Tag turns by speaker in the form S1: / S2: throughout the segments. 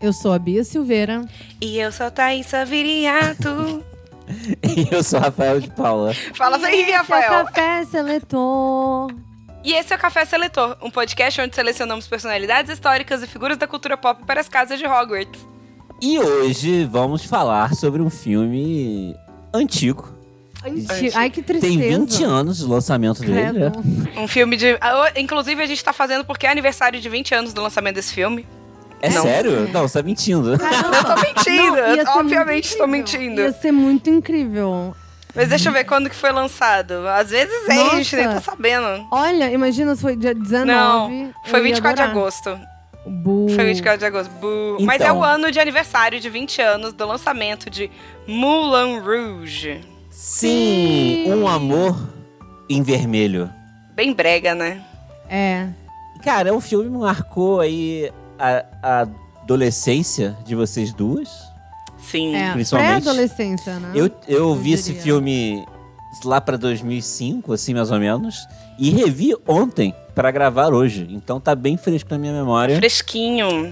S1: eu sou a Bia Silveira.
S2: E eu sou Thaisa Viriato.
S3: E eu sou Rafael de Paula.
S2: Fala isso aí,
S4: Seu
S2: Rafael!
S4: é café seletor.
S2: E esse é o Café Seletor, um podcast onde selecionamos personalidades históricas e figuras da cultura pop para as casas de Hogwarts.
S3: E hoje vamos falar sobre um filme antigo.
S4: Gente, Ai, que tristeza.
S3: Tem 20 anos o lançamento dele, né?
S4: Credo.
S2: Um filme de. Ah, o- Inclusive, a gente tá fazendo porque é aniversário de 20 anos do lançamento desse filme.
S3: É
S2: Não.
S3: sério? Não, você tá mentindo.
S4: Caramba.
S2: Eu tô mentindo!
S4: Não, ia ser muito
S2: Obviamente, tô
S4: incrível.
S2: mentindo.
S4: Ia ser muito incrível.
S2: Mas deixa eu ver quando que foi lançado. Às vezes é, a gente nem tá
S4: Uhum. Nossa.
S2: sabendo.
S4: Olha, imagina se foi dia 19.
S2: Não, Foi
S4: eu ia
S2: 24 de
S4: adorar.
S2: agosto.
S4: Bu.
S2: Foi 24 de agosto. Bu. Mas é
S3: Então.
S2: o ano de aniversário de 20 anos do lançamento de Moulin Rouge.
S3: Sim, um amor em vermelho.
S2: Bem brega, né?
S4: É.
S3: Cara, é um filme que marcou aí a, a adolescência de vocês duas.
S2: Sim.
S4: é.
S3: Principalmente.
S4: Pré-adolescência, né?
S3: Eu,
S2: Ah,
S3: eu vi
S2: tá,
S4: diria.
S3: esse filme lá pra 2005, assim, mais ou menos. E revi ontem pra gravar hoje. Então tá bem fresco na minha
S4: É.
S3: memória.
S2: Fresquinho.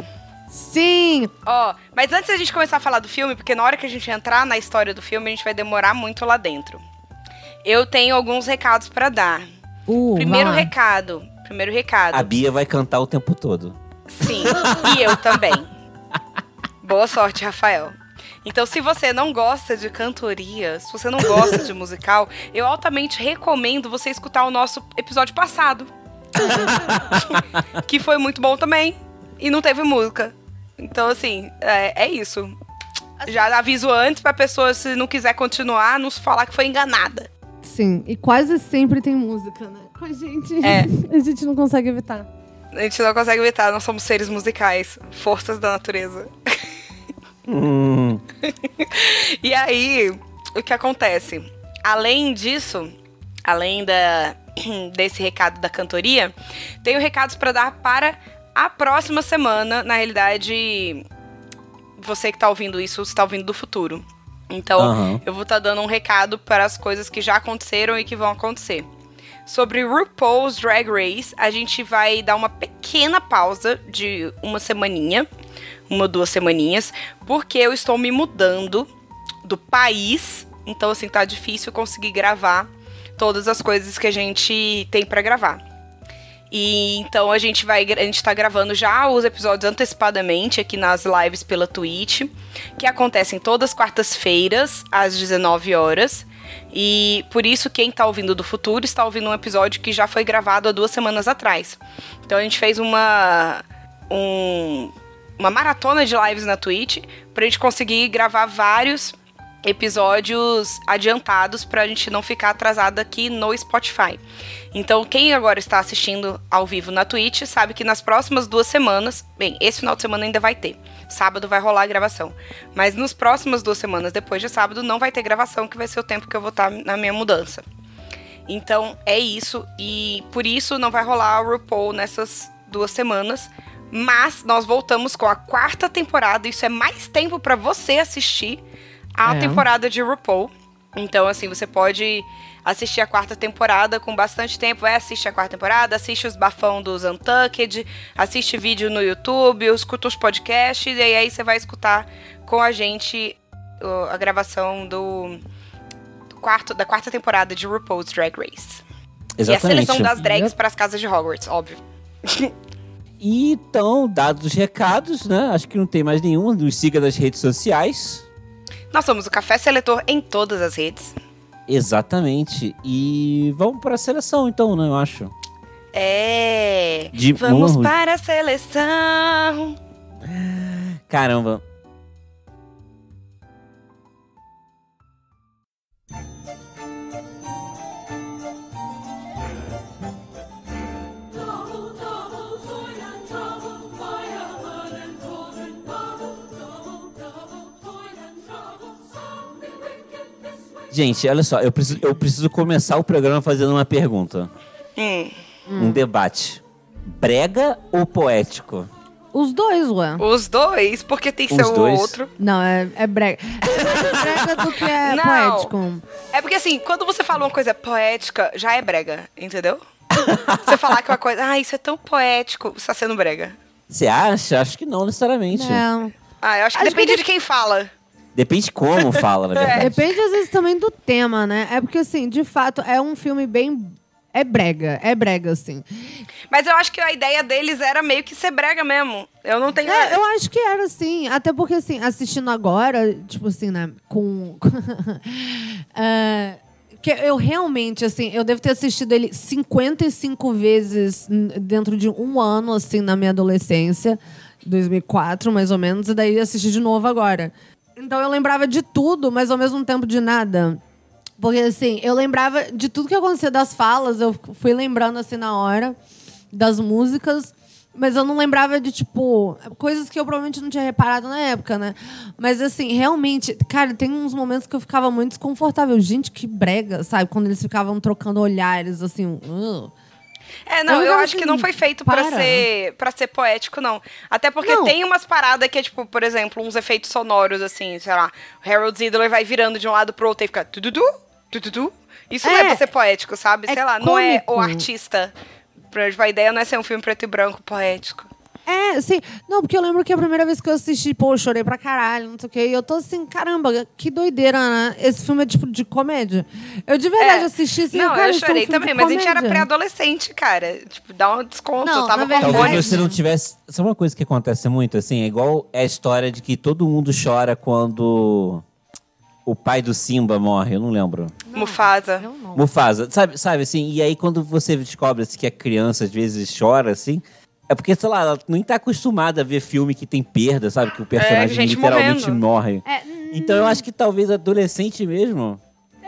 S4: Sim!
S2: Ó, mas antes da gente começar a falar do filme, porque na hora que a gente entrar na história do filme, a gente vai demorar muito lá dentro. Eu tenho alguns recados pra dar.
S4: Uh,
S2: Primeiro
S4: vai lá.
S2: recado. Primeiro recado.
S3: A Bia vai cantar o tempo todo.
S2: Sim, e eu também. Boa sorte, Rafael. Então, se você não gosta de cantoria, se você não gosta de musical, eu altamente recomendo você escutar o nosso episódio passado. que foi muito bom também. E não teve música. Então, assim, é, é isso. Já aviso antes pra pessoa, se não quiser continuar, não falar que foi enganada.
S4: Sim, e quase sempre tem música, né? Com a gente.
S2: É.
S4: A gente não consegue evitar.
S2: A gente não consegue evitar, nós somos seres musicais, forças da natureza.
S3: Hum,
S2: E aí, o que acontece? Além disso, além da, desse recado da cantoria, tenho recados para dar para a próxima semana. Na realidade, você que tá ouvindo isso, está ouvindo do futuro. Então,
S3: aham.
S2: eu vou estar dando um recado para as coisas que já aconteceram e que vão acontecer. Sobre RuPaul's Drag Race, a gente vai dar uma pequena pausa de uma semaninha, uma ou duas semaninhas, porque eu estou me mudando do país, então assim tá difícil conseguir gravar todas as coisas que a gente tem para gravar. E então a gente vai gra- a gente tá gravando já os episódios antecipadamente aqui nas lives pela Twitch que acontecem todas as quartas-feiras, às 19 horas. E por isso, quem tá ouvindo do futuro está ouvindo um episódio que já foi gravado há duas semanas atrás. Então a gente fez uma. um- uma maratona de lives na Twitch pra gente conseguir gravar vários episódios adiantados pra gente não ficar atrasado aqui no Spotify. Então, quem agora está assistindo ao vivo na Twitch sabe que nas próximas duas semanas, bem, esse final de semana ainda vai ter. Sábado vai rolar a gravação. Mas nos próximas duas semanas, depois de sábado, não vai ter gravação, que vai ser o tempo que eu vou estar na minha mudança. Então é isso. E por isso não vai rolar o RuPaul nessas duas semanas. Mas nós voltamos com a quarta temporada. Isso é mais tempo para você assistir a
S1: É.
S2: temporada de RuPaul. Então, assim, você pode assistir a quarta temporada com bastante tempo. Vai assistir a quarta temporada, assiste os bafão dos Untucked, assiste vídeo no YouTube, escuta os podcasts, e aí você vai escutar com a gente ó, a gravação do do quarto, da quarta temporada de RuPaul's Drag Race. E a
S3: Exatamente.
S2: seleção das drags para as casas de Hogwarts, óbvio.
S3: E, E então, dados os recados, né? Acho que não tem mais nenhum. Nos siga nas redes sociais.
S2: Nós somos o Café Seletor em todas as redes.
S3: Exatamente. E vamos para a seleção, então, né? Eu acho.
S2: É.
S3: De
S2: Vamos
S3: Morro.
S2: para a seleção.
S3: Caramba. Gente, olha só, eu preciso, eu preciso começar o programa fazendo uma pergunta.
S2: Hum,
S3: Um debate. Brega ou poético?
S4: Os dois, ué.
S2: os dois, porque tem que ser
S3: Os
S2: o
S3: dois?
S2: outro.
S4: Não, é, é brega. Tem mais brega do que é
S2: Não.
S4: poético.
S2: É porque assim, quando você fala uma coisa poética, já é brega, entendeu? você falar que uma coisa, ah, isso é tão poético, você tá sendo brega.
S3: Você acha? Acho que não necessariamente.
S4: Não.
S2: Ah, eu acho que
S4: Acho que
S2: depende
S4: de-
S2: de quem fala.
S3: Depende como fala, na verdade.
S4: Depende, às vezes, também do tema, né? É porque, assim, de fato, é um filme bem. É brega, é brega, assim.
S2: Mas eu acho que a ideia deles era meio que ser brega mesmo. Eu não tenho.
S4: É, eu acho que era, assim. Até porque, assim, assistindo agora, tipo assim, né? Com. Ah, que eu realmente, assim, eu devo ter assistido ele 55 vezes n- dentro de um ano, assim, na minha adolescência. 2004, mais ou menos. E daí assisti de novo agora. Então eu lembrava de tudo, mas ao mesmo tempo de nada. Porque, assim, eu lembrava de tudo que acontecia das falas, eu fui lembrando, assim, na hora, das músicas. Mas eu não lembrava de, tipo, coisas que eu provavelmente não tinha reparado na época, né? Mas, assim, realmente, cara, tem uns momentos que eu ficava muito desconfortável. Gente, que brega, sabe? Quando eles ficavam trocando olhares, assim. "Ugh".
S2: É, não,
S4: Eu
S2: eu,
S4: não
S2: acho que não
S4: acho-
S2: foi feito pra
S4: um para.
S2: ser para ser poético, não. Até porque
S4: Não.
S2: tem umas paradas que é, tipo, por exemplo, uns efeitos sonoros, assim, sei lá, o Harold Zidler vai virando de um lado pro outro e fica tududu, tududu. Isso não é
S4: É.
S2: pra ser poético, sabe?
S4: É
S2: sei lá, não é o
S4: cômico.
S2: artista. Pra- tipo, A ideia não é ser um filme preto e branco poético.
S4: É, sim. Não, porque eu lembro que a primeira vez que eu assisti, pô, eu chorei pra caralho, não sei o quê. E eu tô assim, caramba, que doideira, né? Esse filme é tipo de comédia. Eu de verdade
S2: É.
S4: assisti assim,
S2: não,
S4: cara,
S2: eu
S4: isso é um
S2: chorei
S4: filme de
S2: também, mas a gente era
S4: comédia.
S2: pré-adolescente, cara. Tipo, dá um desconto,
S4: Não,
S2: eu
S4: na
S2: tava com
S4: verdade-
S2: raiva.
S3: Talvez você não tivesse. Sabe uma coisa que acontece muito, assim? É igual é a história de que todo mundo chora quando o pai do Simba morre, eu não lembro.
S2: Mufasa.
S4: Eu não.
S3: Mufasa, sabe, sabe assim? E aí quando você descobre assim, que a criança às vezes chora, assim. É porque, sei lá, ela nem tá acostumada a ver filme que tem perda, sabe? Que o personagem
S2: É, gente
S3: literalmente
S2: morrendo. hum.
S3: morre.
S4: É,
S3: Então eu acho que talvez adolescente mesmo.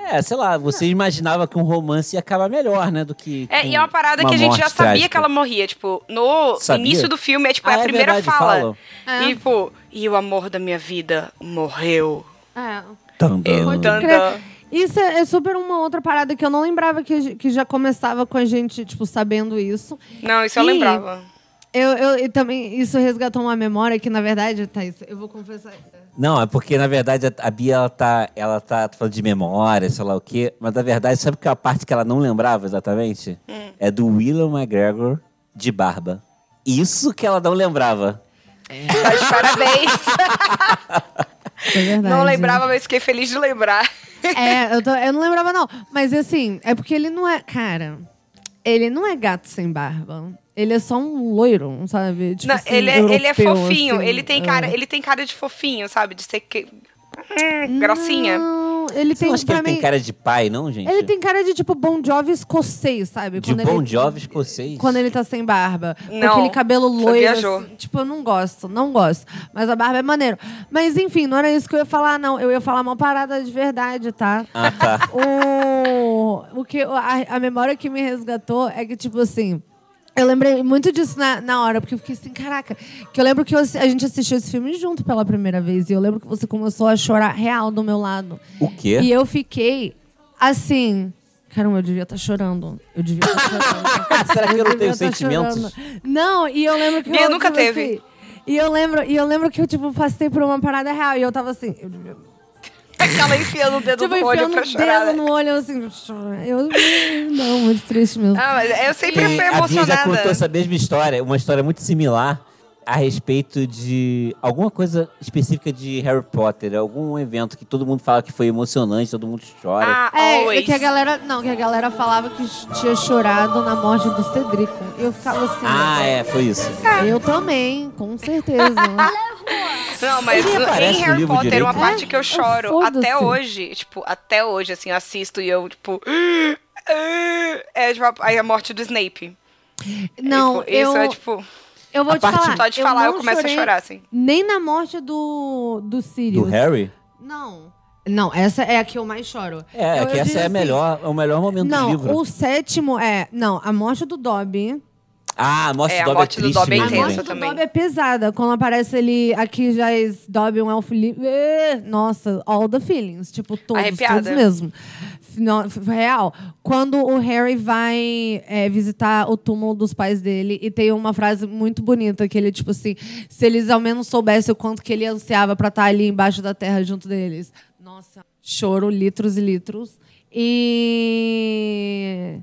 S3: É, sei lá, você imaginava que um romance ia acabar melhor, né? Do que.
S2: Ah. É,
S3: com
S2: e é uma parada
S3: uma
S2: que a gente já
S3: morte
S2: sabia
S3: trágica.
S2: que ela morria. Tipo, no
S3: Sabia?
S2: início do filme, é tipo, é
S3: Ah,
S2: a
S3: é
S2: primeira
S3: verdade,
S2: fala.
S3: falam.
S4: É.
S2: E, tipo, e o amor da minha vida morreu.
S4: É.
S3: Tum,
S2: E,
S3: tum.
S2: tan,
S4: crer.
S2: tan.
S4: Isso é, é super uma outra parada que eu não lembrava que, que já começava com a gente, tipo, sabendo isso.
S2: Não, isso eu
S4: E-
S2: lembrava.
S4: Eu, eu e também, isso resgatou uma memória que, na verdade, Thaís, eu vou confessar.
S3: Não, é porque, na verdade, a- a Bia, ela tá, ela tá falando de memória, sei lá o quê. Mas, na verdade, sabe que a parte que ela não lembrava exatamente?
S2: Hum.
S3: É do William McGregor de barba. Isso que ela não lembrava.
S2: Tá de parabéns.
S4: Isso é verdade.
S2: Não lembrava, mas fiquei feliz de lembrar.
S4: É, eu, tô- eu não lembrava, não. Mas assim, é porque ele não é. Cara, ele não é gato sem barba. Ele é só um loiro, sabe? Tipo,
S2: Não,
S4: assim,
S2: ele, é, ele é
S4: europeu,
S2: fofinho.
S4: assim,
S2: ele, tem
S4: é.
S2: cara, ele tem cara de fofinho, sabe? De ser que... Hum, gracinha.
S4: Não, ele
S3: Você
S4: tem,
S3: não acha que
S4: pra
S3: ele tem
S4: mim,
S3: cara de pai, não, gente?
S4: Ele tem cara de tipo Bon Jovi escocês, sabe?
S3: De
S4: ele-
S3: bom jovem escocês.
S4: Quando ele tá sem barba. Com
S2: Não,
S4: aquele cabelo
S2: você
S4: loiro.
S2: viajou.
S4: assim. tipo, eu não gosto, não gosto. Mas a barba é maneiro. Mas enfim, não era isso que eu ia falar, não. Eu ia falar uma parada de verdade, tá?
S3: Ah, tá.
S4: o, o que a, a memória que me resgatou é que, tipo assim. Eu lembrei muito disso na, na hora, porque eu fiquei assim, caraca. Que eu lembro que eu assi- a gente assistiu esse filme junto pela primeira vez. E eu lembro que você começou a chorar real do meu lado.
S3: O quê?
S4: E eu fiquei assim. Caramba, eu devia estar chorando. Eu devia estar chorando.
S3: Ah, Será que eu não tenho
S4: devia tá
S3: sentimentos?
S4: chorando. Não, e eu lembro que
S2: Bia
S4: eu
S2: nunca
S4: tipo,
S2: teve.
S4: assim, e eu lembro, e eu lembro que eu tipo passei por uma parada real e eu tava assim, eu devia
S2: Aquela enfiando o dedo
S4: Tipo,
S2: no olho
S4: enfiando
S2: pra
S4: o
S2: chorar.
S4: dedo
S2: né?
S4: no olho, eu assim, chora. eu não, muito triste mesmo.
S2: Ah, mas eu sempre fui
S3: E a Bia já
S2: emocionada.
S3: contou essa mesma história, uma história muito similar. a respeito de alguma coisa específica de Harry Potter, algum evento que todo mundo fala que foi emocionante, todo mundo chora.
S2: Ah,
S4: É,
S2: always.
S4: que a galera. Não, que a galera falava que tinha chorado na morte do Cedrico. Eu ficava assim.
S3: Ah, é, foi isso.
S4: Eu também, com certeza.
S2: Não, mas
S3: Ele aparece
S2: em
S3: no
S2: Harry
S3: livro
S2: Potter, é uma
S3: direito, né?
S2: parte que eu choro
S4: É, foda-se.
S2: até hoje, tipo, até hoje, assim, eu assisto e eu, tipo. É tipo, a- aí a morte do Snape.
S4: não,
S2: Tipo,
S4: eu,
S2: isso é tipo.
S4: eu vou te
S3: parte-
S4: falar.
S2: Só de falar eu,
S4: não
S2: começo
S4: chorei
S2: a chorar, assim.
S4: Nem na morte do, do
S3: Do
S4: Sirius.
S3: Harry?
S4: Não. Não, essa é a que eu mais choro.
S3: É,
S4: Eu-
S3: é que
S4: eu
S3: essa
S4: digo
S3: é a
S4: assim,
S3: melhor, é o melhor momento
S4: Não,
S3: do livro.
S4: o sétimo é. Não, a morte do Dobby.
S3: Ah, a morte
S2: É, a
S3: do Dobby é
S2: morte do
S3: triste
S2: Dobby é
S4: a
S3: mesmo,
S2: intensa
S4: morte
S3: hein?
S4: do
S2: também.
S4: Dobby é pesada. Quando aparece ele aqui já é Dobby, um elfo livre. Ê, Nossa, all the feelings. Tipo, todos,
S2: Arrepiada.
S4: todos mesmo. F- não, f- Real. Quando o Harry vai é, visitar o túmulo dos pais dele, e tem uma frase muito bonita que ele, tipo assim, se eles ao menos soubessem o quanto que ele ansiava pra estar ali embaixo da terra junto deles. Nossa, choro, litros e litros. E.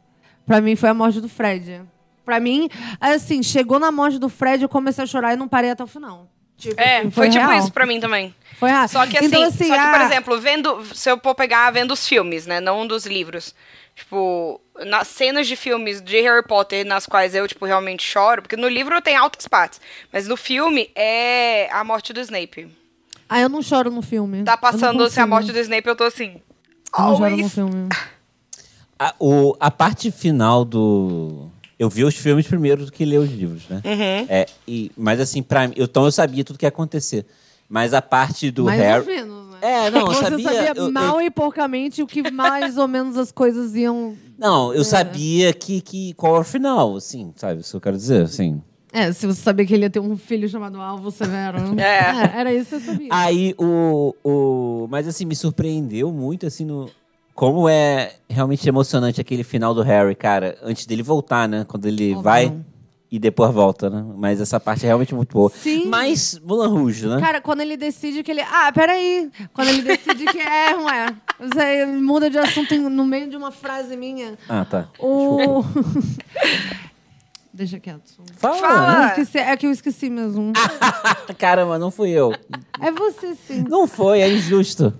S4: Pra mim foi a morte do Fred. Pra mim, assim, chegou na morte do Fred, eu comecei a chorar e não parei até o final. Tipo,
S2: É,
S4: assim,
S2: foi, tipo
S4: real.
S2: isso pra mim também.
S4: Foi real.
S2: Só que assim,
S4: Então, assim,
S2: só que, por
S4: ah,
S2: exemplo, vendo. Se eu for pegar vendo os filmes, né? Não dos livros. Tipo, nas cenas de filmes de Harry Potter nas quais eu, tipo, realmente choro, porque no livro tem altas partes. Mas no filme é a morte do Snape.
S4: Ah, eu não choro no filme.
S2: Tá passando assim,
S4: sem
S2: a morte do Snape, eu tô assim.
S4: Eu não choro no
S2: always.
S4: filme.
S3: A, o- a parte final do. Eu vi os filmes primeiro do que ler os livros, né?
S4: Uhum.
S3: É, e, mas assim, pra mim. Então eu sabia tudo que ia acontecer. Mas a parte do
S4: Mais
S3: Harry.
S4: ou menos, né?
S3: É, não, eu
S4: Você
S3: sabia. eu- eu-
S4: mal e porcamente o que mais ou menos as coisas iam.
S3: não, eu
S4: É.
S3: sabia que, que qual era o final, assim, sabe? Isso que eu quero dizer, assim.
S4: É, se você sabia que ele ia ter um filho chamado Alvo Severo.
S2: É.
S4: era isso que eu sabia.
S3: Aí o, o. Mas assim, me surpreendeu muito, assim, no. Como é realmente emocionante aquele final do Harry, cara, antes dele voltar, né? Quando ele
S4: Óbvio.
S3: vai e depois volta, né? Mas essa parte é realmente muito boa.
S4: Sim.
S3: Mas Mulan Rouge, né?
S4: Cara, quando ele decide que ele. Ah, peraí. Quando ele decide que é, não é. Você muda de assunto em- no meio de uma frase minha.
S3: Ah, tá.
S4: O. Deixa quieto. um
S3: Fala!
S2: Fala. Ah.
S4: Eu esqueci- é que eu esqueci mesmo.
S3: Caramba, não fui eu.
S4: É você sim.
S3: Não foi, é injusto.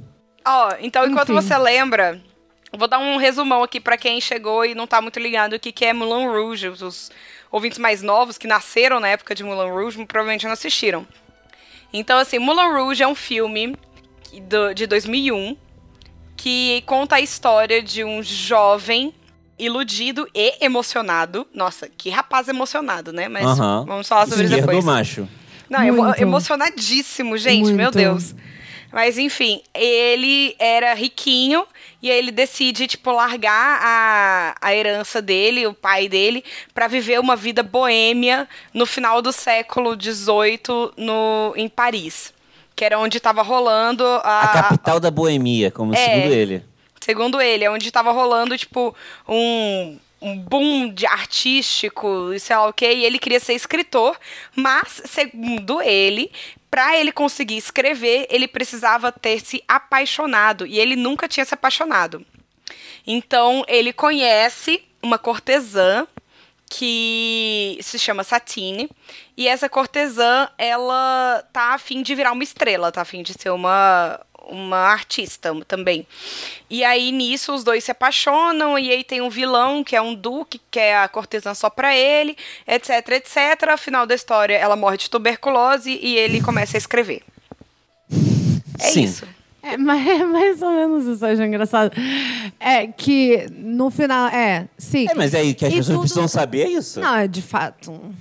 S2: Ó, então enquanto
S4: Enfim.
S2: você lembra, vou dar um resumão aqui pra quem chegou e não tá muito ligado o que, que é Moulin Rouge. Os- Os ouvintes mais novos que nasceram na época de Moulin Rouge provavelmente não assistiram. Então, assim, Moulin Rouge é um filme que- do- de 2001 que conta a história de um jovem iludido e emocionado. Nossa, que rapaz emocionado, né? Mas
S3: Aham.
S2: vamos falar sobre isso
S3: Esquerdo
S2: depois.
S3: macho.
S2: Não, emo-
S4: Muito.
S2: emocionadíssimo, gente, meu
S4: Muito.
S2: Deus. Mas enfim, ele era riquinho e aí ele decide, tipo, largar a, a herança dele, o pai dele, pra viver uma vida boêmia no final do século XVIII no, em Paris. Que era onde tava rolando
S3: A capital da boemia, como
S2: É.
S3: segundo ele.
S2: Segundo ele, é onde tava rolando, tipo, um, um boom de artístico e sei lá o quê. E ele queria ser escritor, mas, segundo ele, pra ele conseguir escrever, ele precisava ter se apaixonado. E ele nunca tinha se apaixonado. Então, ele conhece uma cortesã que se chama Satine. E essa cortesã, ela tá a fim de virar uma estrela, tá a fim de ser uma, uma artista também. E aí, nisso, os dois se apaixonam, e aí tem um vilão, que é um duque, que é a cortesã só pra ele, etc, etc. Final da história, ela morre de tuberculose e ele começa a escrever. É
S3: Sim.
S2: isso.
S4: É, mas é mais ou menos isso, eu acho engraçado. É que no final. É, sim.
S3: É, mas é aí que as
S4: E
S3: pessoas
S4: tudo-
S3: precisam saber isso.
S4: Não, é de fato.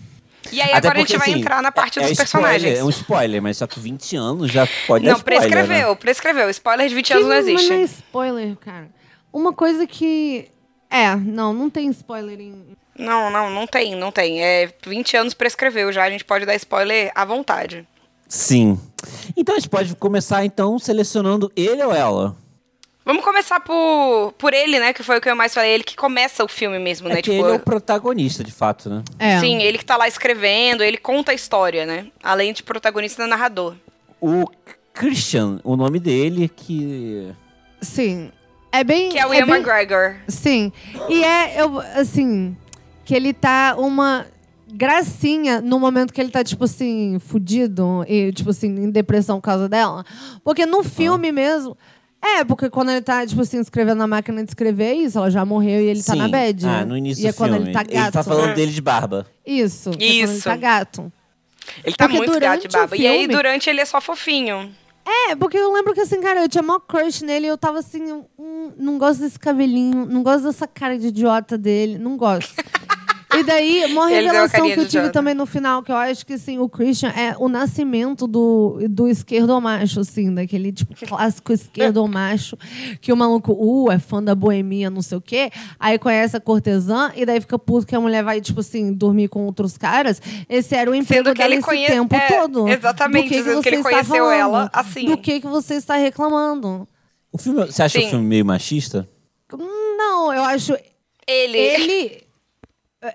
S2: E aí,
S3: Até
S2: agora a gente
S3: porque,
S2: vai
S3: assim,
S2: entrar na parte
S3: é-
S2: dos
S3: é spoiler,
S2: personagens.
S3: É um spoiler, mas só que 20 anos já pode dar
S2: Não,
S3: spoiler, né?
S2: prescreveu, prescreveu. Spoiler de 20 anos não
S4: mas não é
S2: existe.
S4: spoiler, cara. Uma coisa que. É, não, não tem spoiler em.
S2: Não, não, não tem, não tem. É 20 anos prescreveu já, a gente pode dar spoiler à vontade.
S3: Né? Sim. Então a gente pode começar, então, selecionando ele ou ela.
S2: Vamos começar por, por ele, né? Que foi o que eu mais falei, ele que começa o filme mesmo,
S3: É
S2: né?
S3: que ele é o protagonista, de fato, né?
S4: É.
S2: Sim, ele que tá lá escrevendo, ele conta a história, né? Além de protagonista, narrador.
S3: O Christian, o nome dele, que...
S4: Sim. É bem.
S2: Que é o
S4: é
S2: Ian
S4: bem-
S2: McGregor.
S4: Sim. E é, eu, assim, que ele tá uma. gracinha no momento que ele tá, tipo assim, fudido e, tipo assim, em depressão por causa dela. Porque
S3: Ah.
S4: no filme mesmo. É, porque quando ele tá, tipo assim, escrevendo na máquina de escrever, isso, ela já morreu e ele tá
S3: Sim.
S4: na bed.
S3: Ah, no início
S4: E é
S3: do
S4: quando
S3: filme.
S4: ele tá gato.
S3: falando dele de barba.
S4: Isso. é quando ele
S2: Isso.
S4: tá gato.
S2: Ele tá
S4: Porque
S2: muito gato
S4: durante
S2: de
S4: o
S2: baba. E aí,
S4: filme-
S2: durante, ele é só fofinho.
S4: É, porque eu lembro que assim, cara, eu tinha mó crush nele e eu tava assim, hum, não gosto desse cabelinho, não gosto dessa cara de idiota dele, não gosto. e daí, uma
S2: Ele deu a
S4: revelação
S2: carinha
S4: que eu
S2: de
S4: tive
S2: idiota.
S4: também no final, que eu acho que assim, o Christian é o nascimento do, do esquerdo macho, assim, daquele tipo clássico esquerdo macho, que o maluco, uh, é fã da boemia, não sei o quê, aí conhece a cortesã e daí fica puto que a mulher vai, tipo assim, dormir com outros caras. Esse era o emprego
S2: Sendo que
S4: dela
S2: ele
S4: esse
S2: conhece.
S4: tempo todo.
S2: Exatamente,
S4: Do que
S2: dizendo que,
S4: que
S2: ele
S4: você está
S2: conheceu
S4: falando?
S2: ela assim.
S4: Do que, que você está reclamando?
S3: O filme, você acha
S2: Sim.
S3: o filme meio machista?
S4: Não, eu acho
S2: Ele.
S4: ele.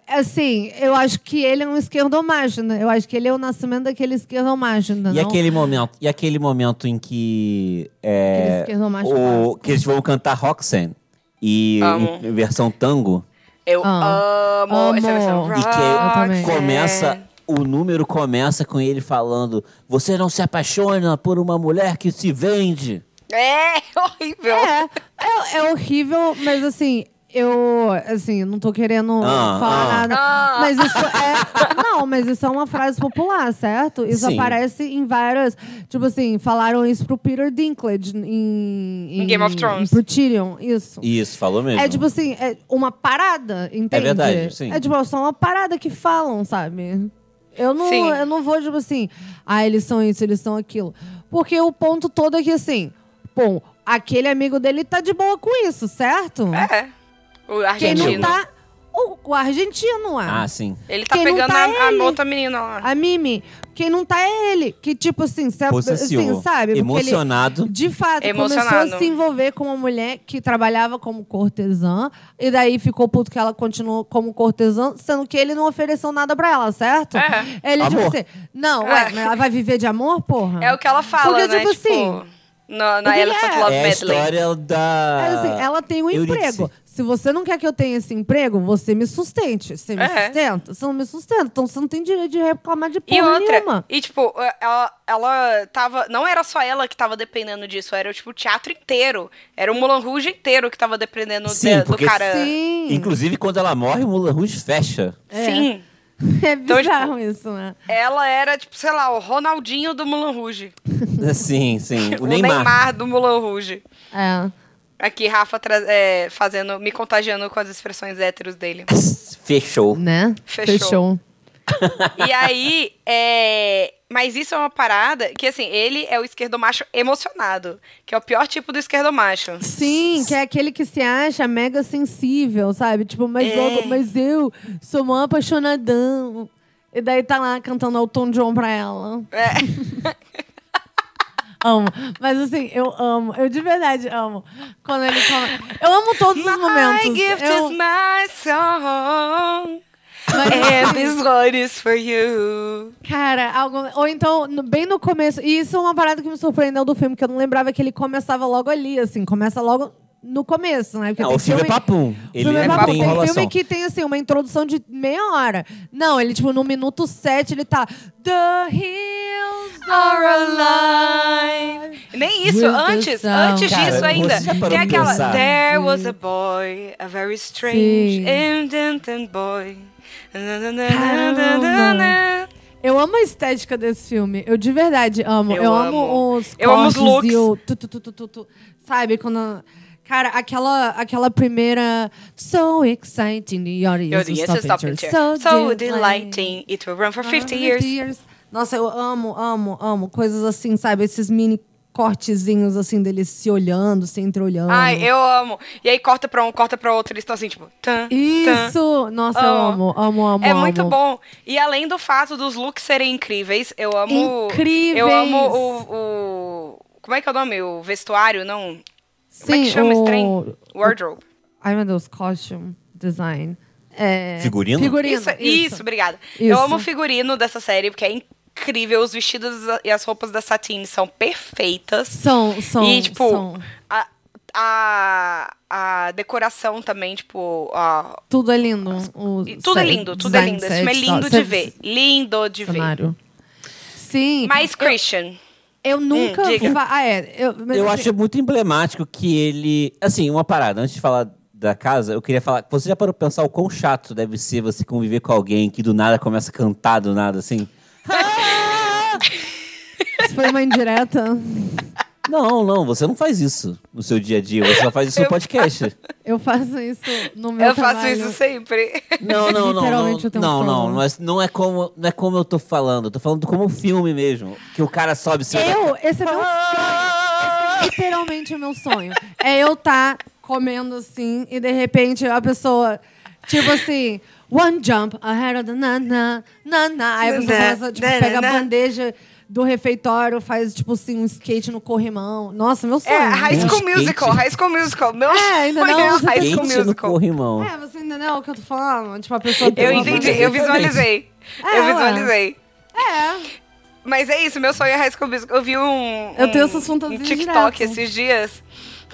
S4: Assim, eu acho que ele é um esquerdomágina. Eu acho que ele é o nascimento daquele esquerdomágina.
S3: E
S4: não?
S3: aquele momento, e aquele momento em que
S4: Aquele
S3: é,
S4: esquerdomacho
S3: o,
S4: clássico.
S3: que eles vão cantar Roxanne e
S2: Amo.
S3: em versão tango
S2: Eu
S4: Ah.
S2: amo, essa
S4: Amo.
S2: versão.
S4: E
S3: e
S2: Roxanne.
S4: também.
S3: que começa o número começa com ele falando: "Você não se apaixona por uma mulher que se vende".
S2: É, horrível.
S4: É, é, é horrível, mas assim, eu assim, não tô querendo
S3: Ah,
S4: falar
S3: ah.
S4: nada.
S2: Ah.
S4: Mas isso é. Não, mas isso é uma frase popular, certo? Isso
S3: Sim.
S4: aparece em várias. Tipo assim, falaram isso pro Peter Dinklage em,
S2: Em Game of Thrones.
S4: Pro Tyrion, isso.
S3: Isso, falou mesmo.
S4: É tipo assim, é uma parada, entende?
S3: verdade, sim.
S4: É tipo, só uma parada que falam, sabe? Eu não,
S2: Sim.
S4: eu não vou, tipo assim, ah, eles são isso, eles são aquilo. Porque o ponto todo é que, assim, bom, aquele amigo dele tá de boa com isso, certo?
S2: É. O
S4: Quem não
S2: argentino.
S4: tá, o, o argentino, ah.
S3: Ah, sim.
S2: Ele tá
S4: Quem não
S2: pegando
S4: tá
S2: a- a,
S4: é ele.
S2: outra menina lá.
S4: A Mimi, quem não tá é ele. Que, tipo assim, se-
S3: Possessivo.
S4: assim sabe? Porque ele-
S3: Emocionado.
S4: de fato,
S2: Emocionado.
S4: começou a se envolver com uma mulher que trabalhava como cortesã. E daí ficou puto que ela continuou como cortesã, sendo que ele não ofereceu nada pra ela, certo?
S2: É.
S4: Ele
S3: Amor.
S4: tipo assim, não, ué,
S2: É.
S4: mas ela vai viver de amor, porra?
S2: É o que ela fala,
S4: Porque,
S2: né?
S4: tipo
S2: na
S4: o
S2: na
S4: que
S2: Elephant
S4: é?
S2: Love
S3: É a
S2: Medley.
S3: história da
S4: É assim, ela tem um
S3: Eurídice.
S4: emprego. Se você não quer que eu tenha esse emprego, você me sustente. Você me
S2: É.
S4: sustenta. Você não me sustenta. Então você não tem direito de reclamar de porra
S2: E outra,
S4: nenhuma.
S2: e tipo, ela, ela tava. Não era só ela que tava dependendo disso, era tipo o teatro inteiro. Era o Mulan Rouge inteiro que tava dependendo
S3: Sim,
S2: de- do
S3: porque
S2: cara.
S4: Sim.
S3: Inclusive, quando ela morre, o Mulan Rouge fecha.
S4: É.
S2: Sim.
S4: É
S2: Então, tipo,
S4: bizarro isso, né?
S2: Ela era, tipo, sei lá, o Ronaldinho do Mulan Rouge.
S3: Sim, sim. O,
S2: O
S3: Neymar.
S2: do Mulan Rouge.
S4: É.
S2: Aqui, Rafa tra- é, fazendo, me contagiando com as expressões héteros dele.
S3: Fechou.
S4: Né?
S2: Fechou.
S4: Fechou.
S2: E aí, é... Mas isso é uma parada que, assim, ele é o esquerdomacho emocionado. Que é o pior tipo do esquerdomacho.
S4: Sim, que é aquele que se acha mega sensível, sabe? Tipo, mas,
S2: É.
S4: logo, mas eu sou mó apaixonadão. E daí tá lá cantando Elton John pra ela.
S2: É.
S4: Amo. Mas assim, eu amo. Eu de verdade amo. Quando ele fala. Eu amo todos os momentos.
S2: My gift
S4: eu,
S2: is my song.
S4: mas,
S2: And
S4: assim,
S2: this one is for you.
S4: Cara, algum... ou então, no- bem no começo. E isso é uma parada que me surpreendeu do filme, que eu não lembrava que ele começava logo ali, assim. Começa logo no começo, né? Porque
S3: Não,
S4: tem
S3: o filme é papum. Ele
S4: filme é
S3: não
S4: papo.
S3: tem
S4: Tem
S3: enrolação.
S4: filme que tem, assim, uma introdução de meia hora. Não, ele, tipo, no minuto 7, ele tá... The hills are alive.
S2: Nem isso,
S4: Will the
S2: antes,
S4: sound.
S2: antes
S3: Cara,
S2: disso
S3: você
S2: ainda.
S3: já
S2: Tem
S3: parou pra
S2: aquela.
S3: pensar?
S2: There was a boy, a very strange,
S4: Sim.
S2: indent boy.
S4: Caramba. Eu amo a estética desse filme. Eu de verdade amo.
S2: Eu
S4: Eu, amo.
S2: amo.
S4: os
S2: Eu amo os
S4: cortes
S2: looks.
S4: e o tu, tu, tu, tu, tu, tu. Sabe, quando... Cara, aquela, aquela primeira... So exciting, the
S2: Your
S4: audience is
S2: yes, stop
S4: stopping
S2: picture.
S4: So, delighting.
S2: So delighting, it will run for 50 years.
S4: Nossa, eu amo, amo, amo. Coisas assim, sabe? Esses mini cortezinhos, assim, deles se olhando, se entreolhando.
S2: Ai, eu amo. E aí corta pra um, corta pra outro, eles estão assim, tipo... Tan, tan.
S4: Isso! Nossa, eu
S2: Amo.
S4: amo, amo, amo.
S2: É muito
S4: amo.
S2: bom. E além do fato dos looks serem incríveis, eu amo...
S4: Incríveis!
S2: Eu amo o... o- como é que é o nome? O vestuário, não?
S4: Sim,
S2: como é que chama
S4: o...
S2: esse trem? Wardrobe.
S4: Ai, meu Deus, costume design. É...
S3: Figurino?
S4: Figurino,
S2: Isso, isso, obrigada. Eu
S4: Isso.
S2: amo o figurino dessa série, porque é incrível. Os vestidos e as roupas da Satine são perfeitas.
S4: São, são,
S2: e, tipo,
S4: são.
S2: a, a, a decoração também, tipo, a-
S4: Tudo é lindo. o
S2: e tudo é
S4: set-
S2: lindo, tudo é
S4: design
S2: lindo. Esse
S4: set,
S2: filme é
S4: só-
S2: lindo de
S4: set-
S2: ver. Lindo de ver.
S4: cenário. Sim.
S2: Mas Christian,
S4: Eu nunca.
S2: diga.
S4: fa- Ah, é. Eu, mas
S3: Eu
S4: assim,
S3: acho muito emblemático que ele. Assim, uma parada, antes de falar da casa, eu queria falar. Você já parou pra pensar o quão chato deve ser você conviver com alguém que do nada começa a cantar do nada, assim?
S4: Isso foi uma indireta.
S3: Não, não, você não faz isso no seu dia a dia, você só faz isso no
S2: Eu
S3: podcast.
S4: Eu faço isso no meu
S2: eu faço
S4: trabalho.
S2: isso sempre.
S3: Não, não, não. Não,
S4: Literalmente um o tempo
S3: não, não,
S4: todo.
S3: mas não é como, não é como eu tô falando, eu tô falando como um filme mesmo, que o cara sobe seu.
S4: Eu, esse é meu
S2: Ah!
S4: sonho. Esse é literalmente o meu sonho. É eu tá comendo assim e de repente a pessoa, tipo assim, one jump ahead of the na na na na. Aí a
S2: Né,
S4: pessoa começa, tipo, pega a bandeja do refeitório, faz tipo assim um skate no corrimão. Nossa, meu sonho.
S2: É, High
S3: Um
S2: School
S3: skate.
S2: Musical, High School Musical. Meu
S4: É, ainda
S2: sonho
S4: não,
S2: é
S4: você
S2: High School
S3: Gente no
S2: Musical.
S3: corrimão.
S4: É, você entendeu o que eu tô falando? Tipo, a pessoa
S2: Eu
S4: uma
S2: entendi,
S4: bandeja.
S2: eu visualizei.
S4: É,
S2: eu
S4: ué.
S2: visualizei.
S4: É.
S2: Mas é isso, meu sonho é High School Musical. Eu vi um,
S4: Eu tenho
S2: um-
S4: essas
S2: um
S4: fantasias
S2: TikTok
S4: direto.
S2: esses dias,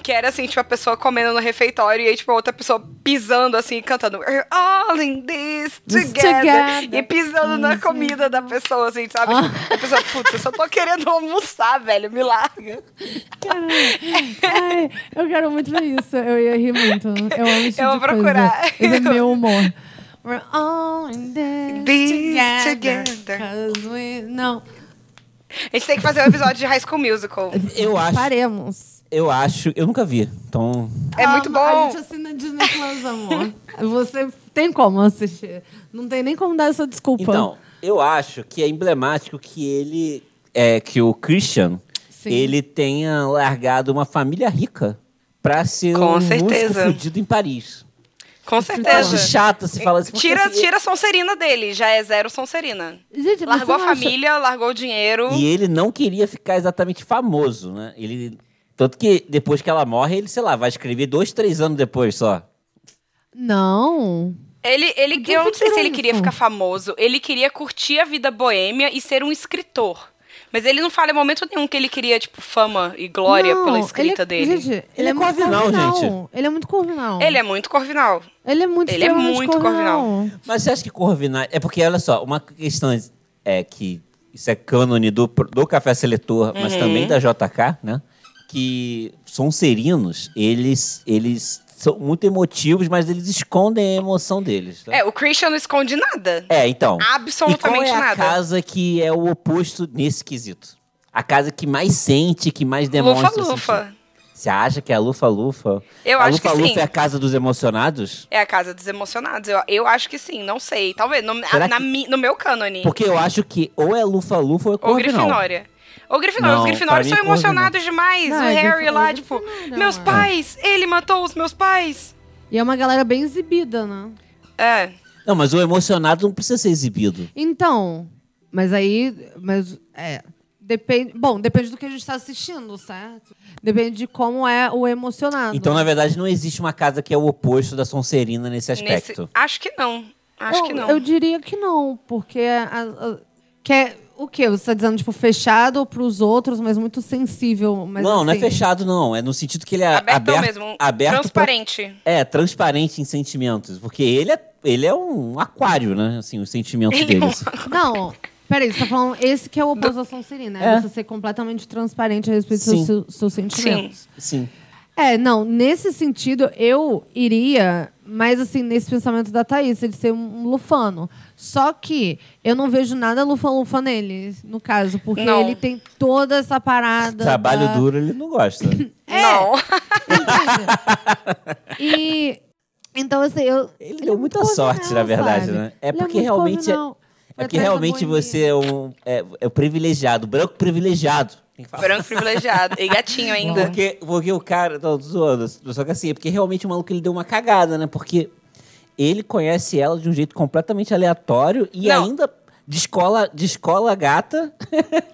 S2: que era assim, tipo, a pessoa comendo no refeitório e aí, tipo, a outra pessoa pisando, assim, cantando We're all in this
S4: This
S2: together.
S4: together. Ah.
S2: E pisando na comida da pessoa, assim, sabe? Tipo, a pessoa, putz, eu só tô querendo almoçar, velho, me larga.
S4: Ai, eu quero muito ver isso. Eu ia rir muito. Eu amo isso.
S2: Eu vou procurar.
S4: Esse é meu humor. We're all in this,
S2: This
S4: together.
S2: together.
S4: Cause we... Não,
S2: A gente tem que fazer um episódio de High School Musical.
S3: Eu acho,
S4: faremos.
S3: eu acho, eu nunca vi. Então,
S2: É muito
S4: Amo. Ah, A
S2: bom.
S4: gente assina Disney Plus, amor. Você tem como assistir. Não tem nem como dar essa desculpa.
S3: Então, eu acho que é emblemático que ele. É, que o Christian
S4: Sim.
S3: ele tenha largado uma família rica pra ser
S2: Com
S3: um músico
S2: certeza.
S3: fudido em Paris.
S2: Com
S3: Eu
S2: certeza.
S3: acho chato se falar isso. porque,
S2: Tira,
S3: assim,
S2: tira a Sonserina dele, já é zero Sonserina.
S4: Gente, você
S2: Largou a
S4: não acha-
S2: família, largou o dinheiro.
S3: E ele não queria ficar exatamente famoso, né? Ele, tanto que depois que ela morre, ele, sei lá, vai escrever dois, três anos depois só.
S4: Não.
S2: Ele, ele,
S4: Então, Por que
S2: eu não
S4: você
S2: sei se
S4: tirou
S2: ele queria
S4: isso?
S2: ficar famoso. Ele queria curtir a vida boêmia e ser um escritor. Mas ele não fala em momento nenhum que ele queria, tipo, fama e glória
S4: Não,
S2: pela
S4: ele é-
S2: escrita dele.
S4: Gente, ele, é, muito
S3: corvinal,
S4: corvinal,
S3: gente.
S4: Ele é muito corvinal.
S2: Ele é muito corvinal.
S4: Ele é muito
S2: Ele é
S4: extremamente
S2: muito corvinal.
S3: Mas você acha que Corvinal. É porque, olha só, uma questão é que isso é cânone do, do Café Seletor, mas
S2: Uhum.
S3: também da JK, né? Que Sonserinos, eles, eles são muito emotivos, mas eles escondem a emoção deles. tá?
S2: É, o Christian não esconde nada.
S3: É, então.
S2: Absolutamente
S3: e qual é
S2: nada.
S3: A casa que é o oposto nesse quesito. A casa que mais sente, que mais demonstra. tipo
S2: lufa
S3: sentir.
S2: lufa.
S3: Você acha que é a Lufa-Lufa?
S2: Eu
S3: a
S2: acho que
S3: Lufa-Lufa
S2: sim.
S3: é a casa dos emocionados?
S2: É a casa dos emocionados. Eu, eu acho que sim, não sei. Talvez, no,
S3: Será
S2: na
S3: que-
S2: mi- no meu cânone.
S3: Porque eu acho que ou é Lufa-Lufa ou é
S2: Ou
S3: Corvinal.
S2: Grifinória. Ou Grifinória.
S3: Não,
S2: Os Grifinórios
S3: pra
S2: são
S3: mim,
S2: emocionados demais.
S4: Não,
S2: o
S4: é
S2: Harry
S4: Grifinória,
S2: lá,
S4: é
S2: tipo,
S4: Grifinória,
S2: meus
S4: ué.
S2: pais, ele matou os meus pais.
S4: E é uma galera bem exibida, né?
S2: É.
S3: Não, mas o emocionado não precisa ser exibido.
S4: Então, mas aí, mas é, depende, bom, depende do que a gente está assistindo, certo? Depende de como é o emocionado.
S3: Então, na verdade, não existe uma casa que é o oposto da Sonserina nesse
S2: Nesse...
S3: aspecto.
S2: Acho que não. Acho
S4: eu,
S2: que não.
S4: Eu diria que não, porque a, a- que é o quê? Você está dizendo tipo fechado para os outros, mas muito sensível, mas
S3: não, não é
S4: assim,
S3: fechado, não. É no sentido que ele é
S2: Abertão
S3: aberto,
S2: mesmo.
S3: aberto pra-
S2: transparente.
S3: é, transparente em sentimentos. Porque ele é, ele é um aquário, né? Assim, os sentimentos
S2: Ele é um
S3: deles.
S4: Não, peraí, você tá falando esse que é o oposto da Sonserina, é
S3: É.
S4: você ser completamente transparente a respeito
S3: Sim.
S4: dos seus, seus sentimentos.
S3: Sim.
S4: É, não, nesse sentido eu iria, mas assim, nesse pensamento da Thaís, ele ser um um lufano. Só que eu não vejo nada lufa-lufa nele, no caso, porque
S2: Não.
S4: ele tem toda essa parada.
S3: Trabalho
S4: da- É,
S3: duro ele não gosta.
S2: Não.
S4: Entende? e. Então, assim, eu.
S3: Ele
S4: é
S3: deu
S4: muito
S3: muita sorte,
S4: corvinal,
S3: na verdade,
S4: sabe?
S3: né? É
S4: Ele
S3: porque
S4: muito
S3: realmente. É,
S4: corvinal.
S3: é
S4: Vai
S3: porque
S4: atrás da
S3: realmente
S4: boemia.
S3: você é um. É, é um privilegiado, branco privilegiado. Tem que falar.
S2: Branco privilegiado. E gatinho ainda.
S3: Porque, porque o cara. Não, tô zoando. Só que assim, é porque realmente o maluco ele deu uma cagada, né? Porque ele conhece ela de um jeito completamente aleatório e
S2: Não.
S3: ainda descola, descola a gata.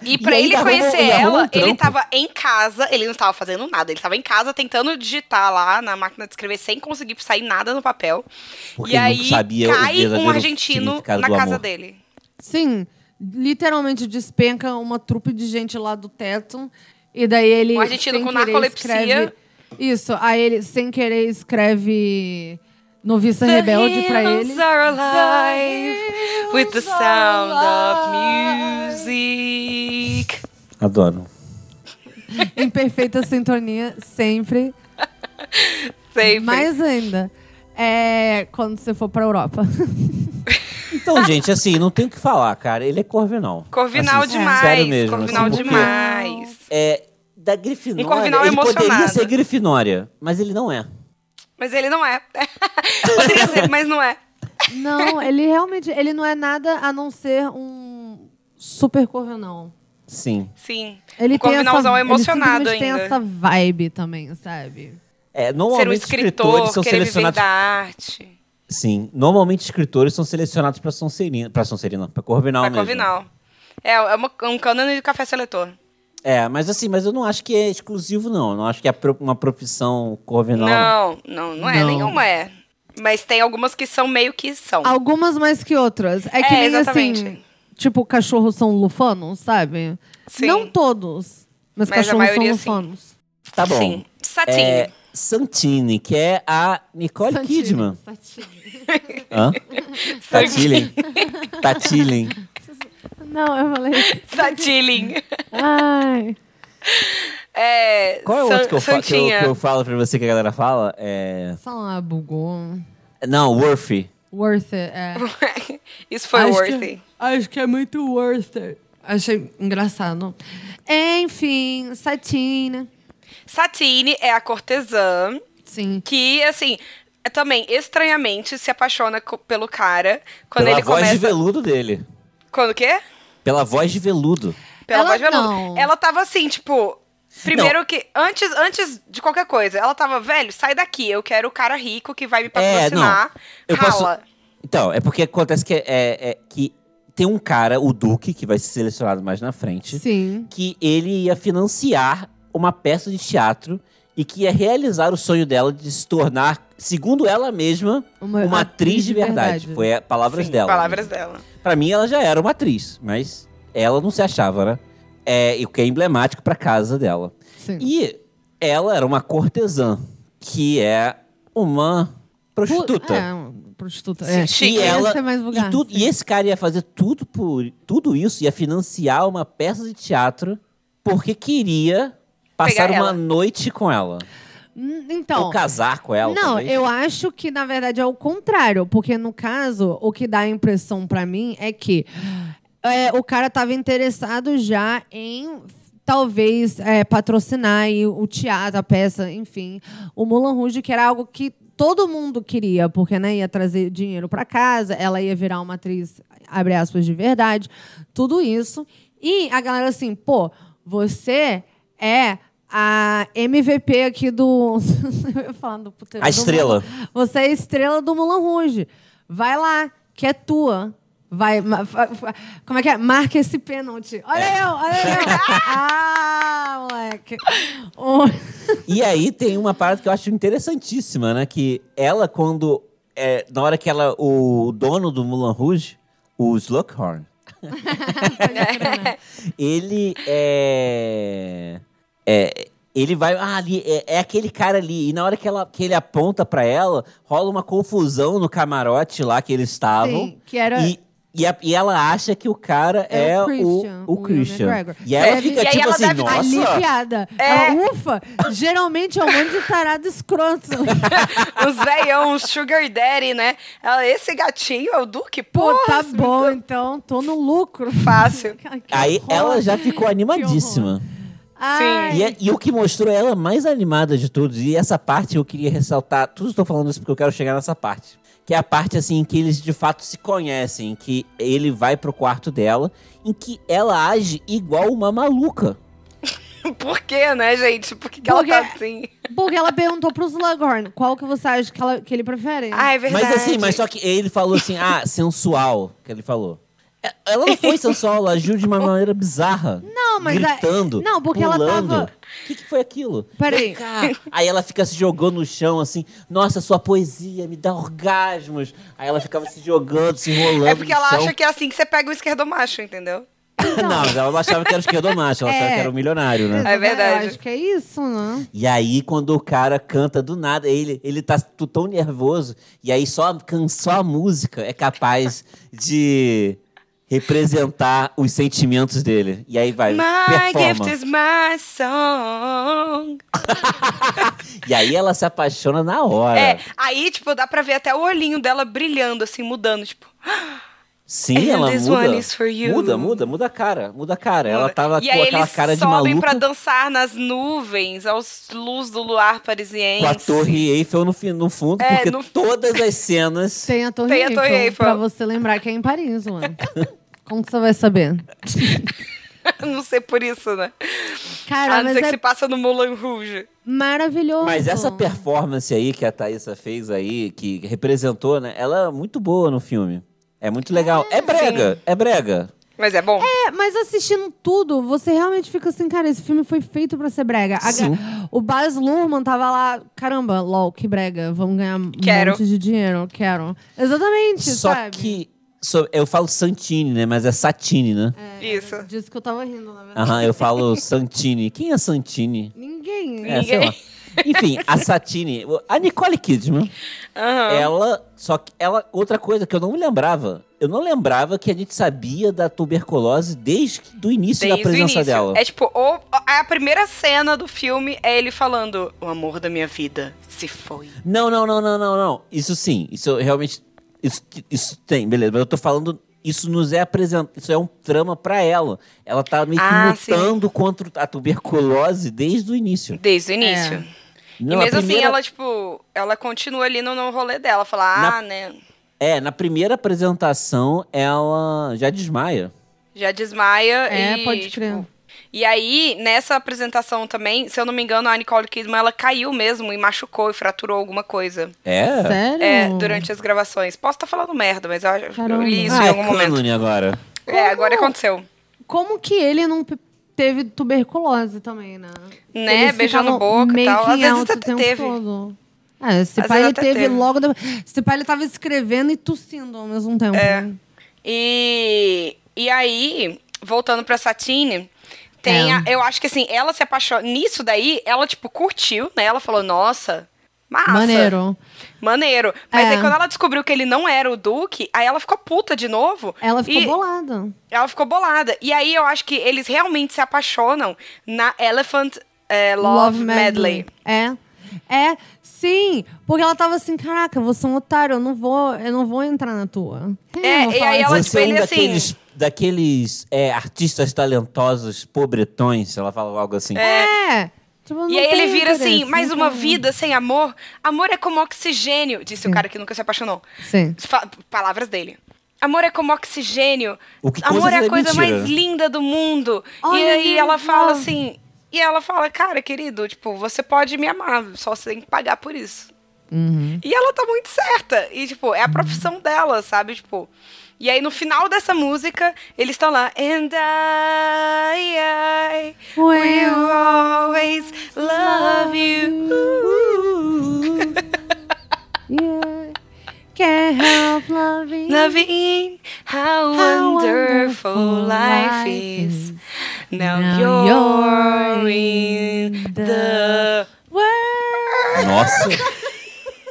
S2: E pra
S3: ainda
S2: ele
S3: arruma-
S2: conhecer
S3: ainda arruma um
S2: ela, ele
S3: trampo.
S2: tava em casa, ele não tava fazendo nada. Ele tava em casa tentando digitar lá na máquina de escrever sem conseguir sair nada no papel.
S3: Porque
S2: e
S3: ele
S2: aí
S3: nunca sabia o
S2: cai um
S3: verdadeiro
S2: argentino
S3: significado
S2: na
S3: do
S2: casa
S3: amor.
S2: dele.
S4: Sim, literalmente despenca uma trupe de gente lá do teto. E daí ele.
S2: Um argentino
S4: sem
S2: com
S4: querer,
S2: narcolepsia.
S4: escreve- Isso, aí ele, sem querer, escreve Noviça Rebelde é pra ele.
S2: The are alive with the sound of music.
S3: Adoro.
S4: Em perfeita sintonia, sempre.
S2: Sempre.
S4: Mais ainda, é quando você for pra Europa.
S3: Então, gente, assim, não tem o que falar, cara. Ele é Corvinal.
S2: Corvinal
S3: Assim,
S2: demais.
S3: Sério mesmo.
S2: Corvinal
S3: assim, porque,
S2: demais.
S3: É, da Grifinória,
S2: Um Corvinal
S3: ele poderia
S2: emocionado.
S3: ser Grifinória, mas ele não é.
S2: Mas ele não é. Poderia ser, mas não é.
S4: Não, ele realmente ele não é nada a não ser um super corvinal.
S3: Sim.
S2: Sim.
S4: Ele tem
S2: Um corvinalzão
S4: essa,
S2: emocionado
S4: ele simplesmente
S2: ainda.
S4: tem essa vibe também, sabe?
S3: É,
S2: Ser um
S3: normalmente escritores
S2: escritor,
S3: são
S2: querer viver
S3: selecionados.
S2: da arte.
S3: Sim, normalmente escritores são selecionados pra Sonserina, pra Sonserina, pra Corvinal
S2: Pra
S3: mesmo.
S2: Corvinal. É, é uma- um cânone de café seletor.
S3: É, mas assim, mas eu não acho que é exclusivo não, eu não acho que é pro- uma profissão Corvinal.
S2: Não, não, não é.
S4: Não.
S2: Nenhuma é. Mas tem algumas que são meio que são.
S4: Algumas mais que outras. É
S2: É,
S4: que nem
S2: exatamente.
S4: assim, tipo cachorros são lufanos, sabe?
S2: Sim.
S4: Não todos, mas,
S2: Mas a
S4: cachorros
S2: maioria, sim.
S4: são lufanos.
S3: Tá bom.
S2: Sim. Satine.
S3: É, Santini, que é a Nicole
S4: Santini,
S3: Kidman.
S4: Santini.
S3: Hã? Tá Tatilin. Tatilin.
S4: Não, eu falei.
S2: Satilin.
S4: Ai.
S2: É,
S3: Qual é o
S2: San-
S3: outro que eu, fa- que, eu,
S2: Santinha.
S3: que eu falo pra você que a galera fala? É...
S4: Fala, lá, bugou.
S3: Não, Worthy.
S4: Worth it, é.
S2: Isso foi
S4: Acho
S2: worth
S4: que-
S2: it.
S4: acho que é muito worth it. Achei engraçado. Enfim, Satina.
S2: Satine é a cortesã
S4: Sim.
S2: que, assim, é também estranhamente se apaixona co- pelo cara quando
S3: Pela
S2: ele
S3: voz
S2: começa.
S3: de veludo dele.
S2: Quando o quê?
S3: Pela voz de veludo.
S2: Pela
S4: Ela
S2: voz de veludo.
S4: não.
S2: Ela tava assim, tipo. Primeiro que. Antes, antes de qualquer coisa, ela tava, velho, sai daqui. Eu quero o cara rico que vai me patrocinar.
S3: É, Eu posso-
S2: Rala.
S3: Então, é porque acontece que, é, é- que tem um cara, o Duque, que vai ser selecionado mais na frente,
S4: Sim.
S3: que ele ia financiar uma peça de teatro e que ia realizar o sonho dela de se tornar, segundo ela mesma, uma, atriz de verdade. Foi a palavras
S2: Sim,
S3: dela.
S2: Palavras dela.
S3: Pra mim, ela já era uma atriz, mas ela não se achava, né? É, e o que é emblemático pra casa dela.
S4: Sim.
S3: E ela era uma cortesã, que é uma prostituta.
S4: É, uma prostituta.
S2: Sim,
S4: É.
S2: chique.
S3: E ela-
S4: Essa é mais vulgar.
S3: E, tudo-
S4: sim.
S3: e esse cara ia fazer tudo por tudo isso, ia financiar uma peça de teatro porque queria passar
S2: Pegar
S3: uma
S2: ela.
S3: noite com ela.
S4: Hum, Então.
S3: ou casar com ela.
S4: Não,
S3: talvez.
S4: eu acho que na verdade é o contrário, porque no caso, o que dá a impressão pra mim é que é, o cara tava interessado já em talvez é, patrocinar aí o teatro, a peça, enfim, o Mulan Rouge, que era algo que todo mundo queria, porque né, ia trazer dinheiro pra casa, ela ia virar uma atriz, abre aspas, de verdade, tudo isso. E a galera assim, pô, você é a MVP aqui do. Eu ia falar do puteiro.
S3: A
S4: é do
S3: estrela.
S4: Mulan. Você é a estrela do Mulan Rouge. Vai lá, que é tua. Vai. ma- fa- fa- Como é que é? Marca esse pênalti. Olha
S3: É.
S4: eu, olha eu. ah, moleque. Um, O-
S3: E aí tem uma parada que eu acho interessantíssima, né? Que ela, quando. é, na hora que ela. O dono do Mulan Rouge, o Slughorn, ele é. é, ele vai. Ah, ali, é, é aquele cara ali. E na hora que, ela, que ele aponta pra ela, rola uma confusão no camarote lá que eles estavam.
S4: Sim, que era.
S3: E, e, a- e ela acha que o cara é,
S4: É o Christian, o
S3: o, o
S4: É, Ewan
S3: Christian.
S4: McGregor.
S3: E ela
S4: Deve-
S3: fica
S2: É, E aí
S3: tipo
S2: ela
S3: assim,
S2: deve-
S3: nossa.
S4: Aliviada.
S2: É.
S4: Ela, ufa, geralmente é um monte de tarado escroto.
S2: Os velhão, os sugar daddy, né? Ela, esse gatinho é o Duque?
S4: Pô,
S2: Pô,
S4: tá bom, então, tô no lucro.
S2: Fácil.
S4: Que
S3: Aí
S4: horror.
S3: ela já ficou animadíssima.
S4: Ai,
S3: E, é- e o que mostrou ela mais animada de todos, e essa parte eu queria ressaltar, tudo estou falando isso porque eu quero chegar nessa parte. Que é a parte assim em que eles de fato se conhecem, que ele vai pro quarto dela, em que ela age igual uma maluca.
S2: Por quê, né, gente? Por que, que
S4: Porque-
S2: ela tá assim?
S4: Porque ela perguntou pro Slughorn qual que você acha que, ela- que ele prefere.
S2: Ah, é verdade.
S3: Mas assim, mas só que ele falou assim, ah, sensual, que ele falou. É, Ela não foi sensual, ela agiu de uma maneira bizarra. Não,
S4: mas a-
S3: gritando.
S4: não, porque ela
S3: pulando.
S4: tava-
S3: O que, que foi aquilo?
S4: Peraí.
S3: Cá. Aí ela fica se jogando no chão, assim. Nossa, sua poesia me dá orgasmos. Aí ela ficava se jogando, se enrolando.
S2: É porque
S3: no
S2: ela
S3: chão.
S2: acha que é assim que você pega o esquerdomacho, entendeu?
S3: não, mas ela não achava que era o esquerdomacho, ela achava que era o milionário, né?
S2: É verdade.
S4: Eu acho que é isso, né?
S3: E aí, quando o cara canta do nada, ele, ele tá t- tão nervoso, e aí só, a can- só a música é capaz de representar os sentimentos dele. E aí vai,
S2: My gift
S3: performa.
S2: is my song.
S3: E aí ela se apaixona na hora.
S2: É, aí, tipo, dá pra ver até o olhinho dela brilhando, assim, mudando, tipo.
S3: Sim,
S2: And
S3: ela
S2: this
S3: muda.
S2: one is for you.
S3: Muda, muda, muda a cara, muda a cara. Ela tava
S2: e
S3: com
S2: aí
S3: aquela
S2: eles
S3: cara de
S2: sobem
S3: maluco
S2: pra dançar nas nuvens, aos luz do luar parisiense.
S3: com a Torre Eiffel no, fi- no fundo,
S2: É,
S3: porque
S2: no-
S3: todas as cenas
S4: Tem a Torre,
S2: Tem a Torre
S4: Eiffel,
S2: Eiffel.
S4: Pra você lembrar que é em Paris, mano. Como que você vai saber?
S2: Não sei por isso, né?
S4: Cara,
S2: a não
S4: mas
S2: ser que se
S4: é
S2: passa no Moulin Rouge.
S4: maravilhoso.
S3: Mas essa performance aí que a Thaísa fez aí, que representou, né? Ela é muito boa no filme. É muito legal. É brega, é brega.
S2: Mas é bom.
S4: É, mas assistindo tudo, você realmente fica assim, cara, esse filme foi feito pra ser brega. A-
S3: Sim.
S4: O Baz Luhrmann tava lá, caramba, lol, que brega, vamos ganhar um
S2: Quero.
S4: monte de dinheiro, quero. Exatamente,
S3: Só
S4: sabe?
S3: que. so- eu falo Santini, né? Mas é Satine, né?
S4: É.
S2: Isso.
S4: Disso que eu tava rindo, na verdade.
S3: Aham, eu falo Santini. Quem é Santini?
S4: Ninguém.
S3: É, sei lá. Enfim, a Satine. A Nicole Kidman,
S2: Aham.
S3: ela. Só que ela. Outra coisa que eu não me lembrava. Eu não lembrava que a gente sabia da tuberculose desde que- do início
S2: Desde o
S3: da presença
S2: início.
S3: dela.
S2: É tipo, o- a primeira cena do filme é ele falando: O amor da minha vida se foi.
S3: Não, não, não, não, não, não. Isso sim, isso eu realmente. Isso, isso tem, beleza. Mas eu tô falando. Isso nos é apresentado. Isso é um trama pra ela. Ela tá meio que
S2: Ah, sim.
S3: lutando contra a tuberculose desde o início.
S4: É.
S2: Desde o início.
S3: Não,
S2: e
S3: a
S2: mesmo assim,
S3: primeira-
S2: ela, tipo, ela continua ali no, no rolê dela. Fala, ah, né?
S3: É, na primeira apresentação, ela já desmaia.
S2: Já desmaia.
S4: É,
S2: e,
S4: pode
S2: tipo,
S4: crer.
S2: E aí, nessa apresentação também, se eu não me engano, a Nicole Kidman, ela caiu mesmo e machucou e fraturou alguma coisa.
S3: É?
S4: Sério?
S2: É, durante as gravações. Posso estar falando merda, mas eu, eu
S4: Caramba.
S2: li isso
S3: ah,
S2: em
S3: é
S2: algum momento.
S3: cânone agora.
S2: É, agora aconteceu.
S4: Como que ele não pe- teve tuberculose também, né?
S2: Né,
S4: Eles
S2: beijando
S4: ficavam
S2: boca e
S4: meio
S2: tal.
S4: que
S2: Às
S4: em
S2: vezes
S4: alto o
S2: até
S4: tempo
S2: teve.
S4: todo. É, esse
S2: Às
S4: pai
S2: vezes
S4: ele
S2: até
S4: teve
S2: teve.
S4: logo. depois. Esse pai ele tava escrevendo e tossindo ao mesmo tempo.
S2: É.
S4: né?
S2: E, e aí, voltando pra Satine, tem
S4: É.
S2: a- eu acho que assim, ela se apaixonou. Nisso daí, ela, tipo, curtiu, né? Ela falou, nossa, massa.
S4: Maneiro.
S2: Maneiro. Mas
S4: É.
S2: aí, quando ela descobriu que ele não era o Duque, aí ela ficou puta de novo.
S4: Ela ficou
S2: E-
S4: bolada.
S2: Ela ficou bolada. E aí, eu acho que eles realmente se apaixonam na Elephant eh, Love, Medley.
S4: É. É, sim, porque ela tava assim, caraca, você é um otário, eu não vou, eu não vou entrar na tua. Eu
S2: É,
S4: vou
S2: e
S4: falar
S2: aí
S4: isso.
S2: ela, tipo,
S3: Você é um
S2: ele assim-
S3: daqueles, daqueles é, artistas talentosos, pobretões, ela fala algo assim.
S4: É. Tipo, não
S2: E aí ele
S4: tem
S2: vira assim,
S4: interesse,
S2: mais
S4: não
S2: uma
S4: tem-
S2: vida sem amor. Amor é como oxigênio, disse o cara que nunca se apaixonou.
S4: Sim.
S2: Fa- palavras dele. Amor é como oxigênio.
S3: O que
S2: Amor
S3: coisa
S2: é a
S3: é
S2: coisa
S3: mentira.
S2: mais linda do mundo. e
S4: Olha,
S2: aí ela
S4: que
S2: fala
S4: legal.
S2: assim. E ela fala, cara, querido, tipo, você pode me amar, só você tem que pagar por isso.
S4: Uhum.
S3: Uhum.
S2: E ela tá muito certa. E, tipo, é a profissão dela, sabe? Tipo. E aí, no final dessa música, eles estão lá. And I, I will always love you.
S4: Yeah. Can't help loving.
S2: Loving how,
S4: How
S2: wonderful,
S4: wonderful
S2: life
S4: life
S2: is.
S4: is.
S2: Now,
S4: Now
S2: you're
S4: you're
S2: in
S4: in
S2: the.
S4: World.
S3: Nossa!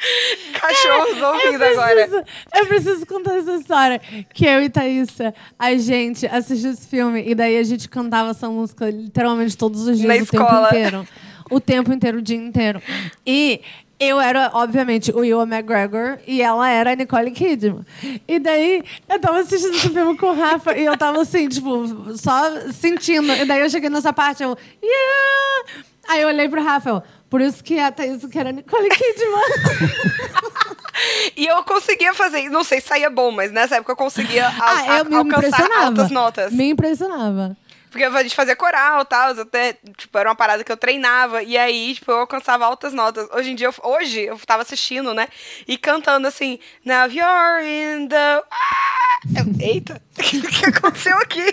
S4: É,
S2: Cachorros ouvindo agora.
S4: Preciso- eu preciso contar essa história. Que eu e Thaísa, a gente assistiu esse filme e daí a gente cantava essa música literalmente todos os dias,
S2: Na
S4: o tempo
S2: escola.
S4: inteiro. O tempo inteiro, o dia inteiro. E eu era, obviamente, o Ewan McGregor e ela era a Nicole Kidman. E daí eu tava assistindo esse filme com o Rafa e eu tava assim, tipo, só sentindo. E daí eu cheguei nessa parte, eu. Yeah! Aí eu olhei pro Rafa, eu, por isso que a Thaís que era a Nicole Kidman.
S2: E eu conseguia fazer, não sei se saía bom, mas nessa época eu conseguia al-
S4: Ah, eu
S2: al-
S4: me
S2: alcançar
S4: impressionava.
S2: altas notas.
S4: Me impressionava.
S2: Porque a gente fazia coral e tal, eu até, tipo, era uma parada que eu treinava. E aí, tipo, eu alcançava altas notas. Hoje em dia, eu, hoje, eu tava assistindo, né? E cantando assim, Now you're in the... Ah! Eu, Eita, o que aconteceu aqui?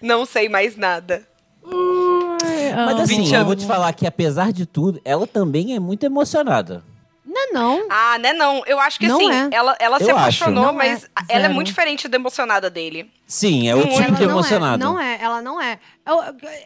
S2: Não sei mais nada.
S3: Mas
S2: 20
S3: assim, eu
S2: anos.
S4: assim,
S3: vou te falar que apesar de tudo, ela também é muito emocionada.
S4: Não, não.
S2: Ah, né não. Eu acho que
S4: Não
S2: sim.
S4: é.
S2: Ela, ela se
S3: Eu acho.
S2: apaixonou,
S4: Não
S2: mas
S4: é,
S2: ela é
S4: zero.
S2: muito diferente da emocionada dele.
S3: Sim, é o
S2: Sim,
S3: tipo
S4: Ela
S3: que é
S4: não
S3: emocionado.
S4: Não é, ela não é. Eu-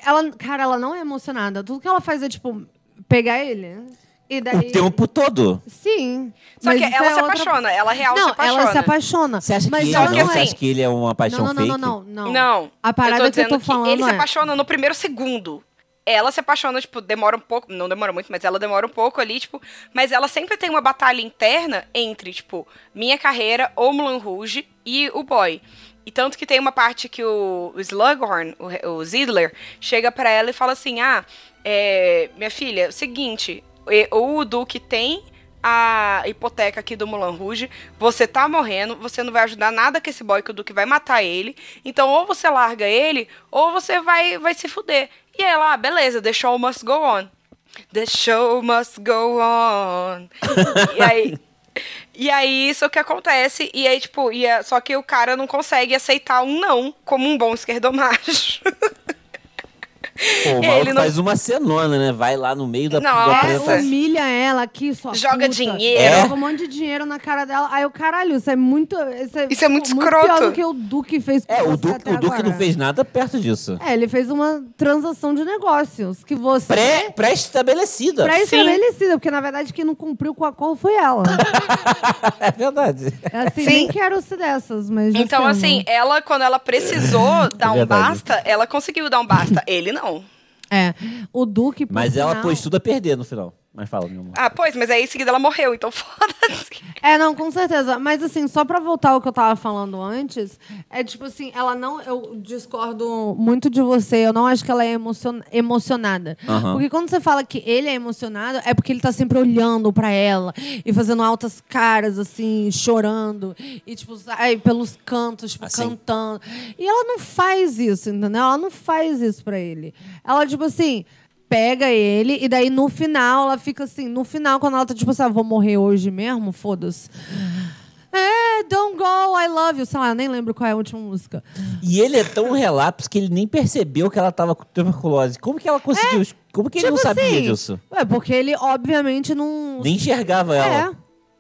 S4: Ela, cara, ela não é emocionada. Tudo que ela faz é, tipo, pegar ele. E daí.
S3: O tempo todo.
S4: Sim.
S2: Só
S4: mas
S2: que
S4: isso
S2: ela
S4: é
S2: se
S4: outra-
S2: apaixona, ela real
S4: não,
S2: se apaixona.
S4: ela se apaixona.
S3: Você acha que
S4: mas
S3: ele
S2: só
S4: ela
S3: não?
S2: que
S3: Você
S2: assim-
S3: acha que ele é uma paixão
S4: não, não,
S3: fake?
S4: não, não, não,
S2: Não.
S4: A parada
S2: eu tô
S4: que eu
S2: dizendo
S4: tô falando
S2: ele se
S4: é-
S2: apaixona no primeiro segundo. Ela se apaixona, tipo, demora um pouco, não demora muito, mas ela demora um pouco ali, tipo, mas ela sempre tem uma batalha interna entre, tipo, minha carreira, ou Mulan Rouge e o boy. E tanto que tem uma parte que o, o Slughorn, o, re- o Zidler, chega pra ela e fala assim: "Ah, é, minha filha, é o seguinte, e- o Duque tem a hipoteca aqui do Mulan Rouge, você tá morrendo, você não vai ajudar nada com esse boy que o Duque vai matar ele. Então, ou você larga ele, ou você vai, vai se fuder. E ela, ah, beleza, the show must go on. The show must go on. e aí. E aí, isso é o que acontece. E aí, tipo, e é- só que o cara não consegue aceitar um não como um bom esquerdomacho.
S3: Pô, o
S2: Ele
S3: maluco
S2: não-
S3: faz uma cenona, né? Vai lá no meio da, da
S2: Nossa.
S4: É,
S3: apresentação.
S4: humilha ela aqui, só.
S2: Joga
S4: puta.
S2: dinheiro.
S3: É?
S4: Joga um monte de dinheiro na cara dela. Aí eu, caralho, isso é muito. Isso é,
S2: Isso é muito
S4: pior
S2: escroto.
S4: do que o Duque fez com
S3: É, o
S4: você
S3: Duque,
S4: até
S3: o Duque
S4: agora.
S3: não fez nada perto disso.
S4: É, ele fez uma transação de negócios que você.
S3: Pré- Pré-estabelecida.
S4: Pré-estabelecida, porque na verdade quem não cumpriu com o acordo foi ela.
S3: é verdade.
S4: Assim,
S2: Sim.
S4: nem quero ser dessas, mas. já
S2: Então,
S4: sei,
S2: assim, ela, quando ela precisou dar um
S3: verdade.
S2: basta, ela conseguiu dar um basta. Ele não.
S4: É. O Duque. por
S3: Mas ela
S4: sinal-
S3: pôs tudo a perder no final. Mas fala, meu amor.
S2: Ah, pois, mas aí em seguida ela morreu, então foda-se.
S4: É, não, com certeza. Mas assim, só pra voltar ao que eu tava falando antes, é tipo assim, ela não. Eu discordo muito de você. Eu não acho que ela é emocion- emocionada.
S3: Aham.
S4: Porque quando você fala que ele é emocionado, é porque ele tá sempre olhando pra ela e fazendo altas caras, assim, chorando. E, tipo, sai pelos cantos, tipo,
S3: Assim.
S4: cantando. E ela não faz isso, entendeu? Ela não faz isso pra ele. Ela, tipo assim. Pega ele, e daí no final ela fica assim. No final, quando ela tá tipo assim, ah, vou morrer hoje mesmo, foda-se. É, don't go, I love you. Sei lá, eu nem lembro qual é a última música.
S3: E ele é tão relapso que ele nem percebeu que ela tava com tuberculose. Como que ela conseguiu? Como que ele
S4: tipo
S3: não sabia
S4: assim,
S3: disso?
S4: É, porque ele, obviamente, não.
S3: Nem enxergava ela.
S4: É.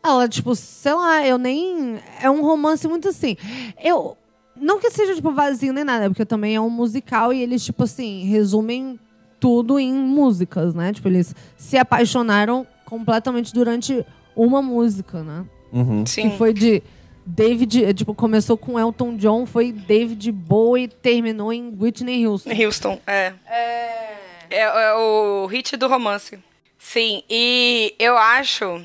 S4: Ela, tipo, sei lá, eu nem. É um romance muito assim. Eu. Não que seja, tipo, vazio nem nada, porque também é um musical e eles, tipo assim, resumem tudo em músicas, né? Tipo, eles se apaixonaram completamente durante uma música, né?
S3: Uhum.
S4: Que foi de David. eh, Tipo, começou com Elton John, foi David Bowie, terminou em Whitney Houston.
S2: Houston, é. É. é o hit do romance. Sim, e eu acho,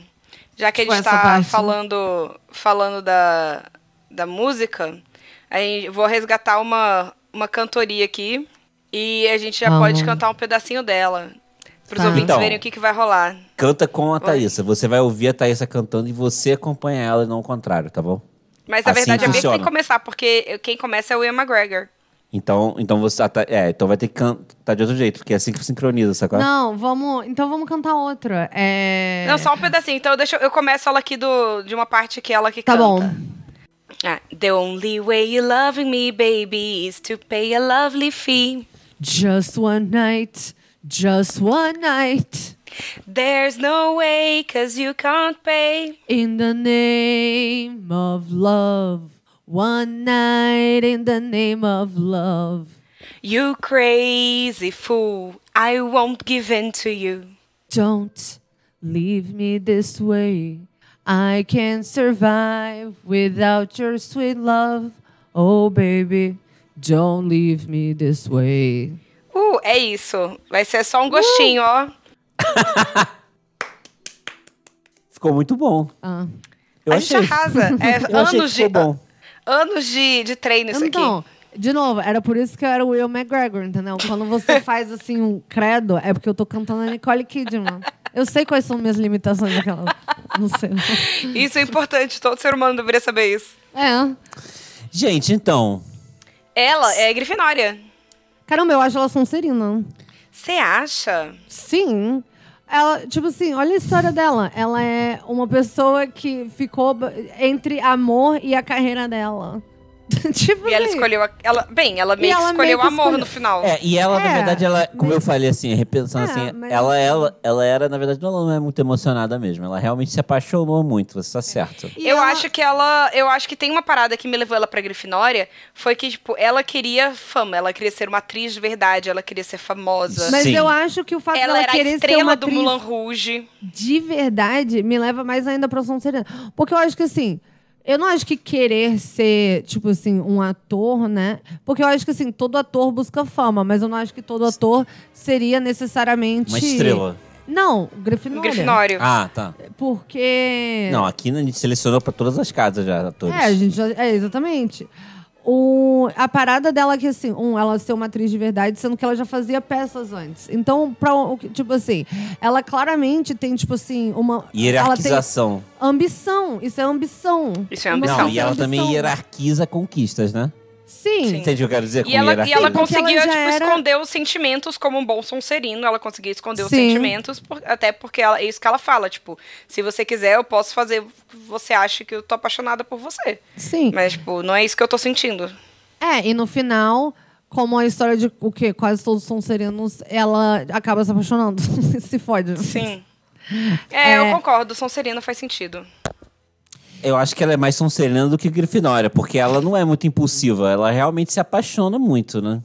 S2: já que a
S4: Tipo,
S2: gente
S4: essa
S2: tá
S4: parte, né?
S2: falando, falando da, da música, aí vou resgatar uma, uma cantoria aqui e a gente já
S4: Vamos.
S2: pode cantar um pedacinho dela. Pros
S4: Tá.
S2: ouvintes
S3: Então.
S2: verem o que, que vai rolar.
S3: Canta com a Thaísa. Você vai ouvir a Thaísa cantando e você acompanha ela e não o contrário, tá bom?
S2: Mas na
S3: Assim
S2: verdade a Bia que tem
S3: funciona.
S2: que começar, porque quem começa é o Ian McGregor.
S3: Então, então você. a Tha- É, então vai ter que cantar de outro jeito, porque é assim que sincroniza, sacou?
S4: Não, vamos. Então vamos cantar outra. É...
S2: Tá. Não, só um pedacinho. Então eu, deixo, eu começo ela aqui do, de uma parte que é ela que
S4: Tá
S2: canta.
S4: bom.
S2: Ah, the only way you loving me, baby, is to pay a lovely fee.
S4: Just one night, just one night.
S2: There's no way, cause you can't pay.
S4: In the name of love. One night in the name of love.
S2: You crazy fool, I won't give in to you.
S4: Don't leave me this way. I can't survive without your sweet love. Oh, baby, don't leave me this way.
S2: Uh, é isso. Vai ser só
S4: Uh!
S2: um gostinho, ó.
S3: Ficou muito bom.
S4: Ah.
S3: Eu
S2: a
S3: achei.
S2: gente arrasa. É,
S3: Eu achei que
S2: anos,
S3: ficou
S2: de,
S3: bom.
S2: anos de, de treino isso aqui.
S4: Então, de novo, era por isso que eu era o Will McGregor, entendeu? Quando você faz assim um credo, é porque eu tô cantando a Nicole Kidman. Eu sei quais são minhas limitações daquela. Não sei.
S2: Isso é importante, todo ser humano deveria saber isso.
S4: É.
S3: Gente, então.
S2: Ela é Grifinória.
S4: Caramba, eu acho ela Sonserina.
S2: Você acha?
S4: Sim. Ela, tipo assim, olha a história dela. Ela é uma pessoa que ficou ba- entre amor e a carreira dela. tipo
S2: E ela
S4: assim,
S2: escolheu. a- Ela, bem, ela meio
S4: ela
S2: que escolheu
S4: meio que
S2: amor
S4: escolheu-
S2: no final.
S3: É, e ela, na
S4: É,
S3: verdade, ela, como eu falei assim, repensando
S4: É,
S3: assim,
S4: mas-
S3: ela, ela, ela era, na verdade, não é muito emocionada mesmo. Ela realmente se apaixonou muito, você tá certo.
S4: e
S2: eu
S4: ela-
S2: acho que ela. Eu acho que tem uma parada que me levou ela pra Grifinória. Foi que, tipo, ela queria fama, ela queria ser uma atriz de verdade, ela queria ser famosa.
S4: Mas
S3: Sim.
S4: eu acho que o fato
S2: ela
S4: dela
S2: era a
S4: querer ser uma
S2: estrela do
S4: atriz
S2: Mulan Rouge.
S4: de verdade me leva mais ainda pra São Serena. Porque eu acho que assim. Eu não acho que querer ser, tipo assim, um ator, né? Porque eu acho que, assim, todo ator busca fama, mas eu não acho que todo ator seria necessariamente.
S3: Uma estrela.
S4: Não, Grifinória.
S2: Grifinório.
S3: Ah, tá.
S4: É. Porque.
S3: Não, aqui a gente selecionou pra todas as casas já, atores.
S4: É, a gente já- é, exatamente. O, a parada dela é que, assim, um, ela ser uma atriz de verdade, sendo que ela já fazia peças antes. Então, pra, o que- tipo assim, ela claramente tem, tipo assim, uma. Ela tem
S3: Hierarquização.
S4: ambição. Isso é ambição.
S2: Isso é
S4: Uma
S2: ambição.
S3: Não,
S4: sensação
S3: e ela
S4: de
S3: também
S4: som.
S3: hierarquiza conquistas, né?
S4: Sim.
S2: Sim.
S3: Entende o que eu quero dizer? com
S2: E ela, e
S3: hierarquia?
S2: ela
S4: porque
S2: conseguia,
S4: ela já
S2: tipo,
S4: era-
S2: esconder os sentimentos como um bom sonserino. Ela conseguia esconder os
S4: Sim.
S2: sentimentos, por- até porque ela- é isso que ela fala, tipo, se você quiser, eu posso fazer o que você acha que eu tô apaixonada por você.
S4: Sim.
S2: Mas, tipo, não é isso que eu tô sentindo.
S4: É, e no final, como a história de o quê? Quase todos são serenos, ela acaba se apaixonando. se fode.
S2: Sim. É, eu
S4: É.
S2: concordo, Sonserino faz sentido.
S3: Eu acho que ela é mais Sonserina do que Grifinória, porque ela não é muito impulsiva. Ela realmente se apaixona muito, né?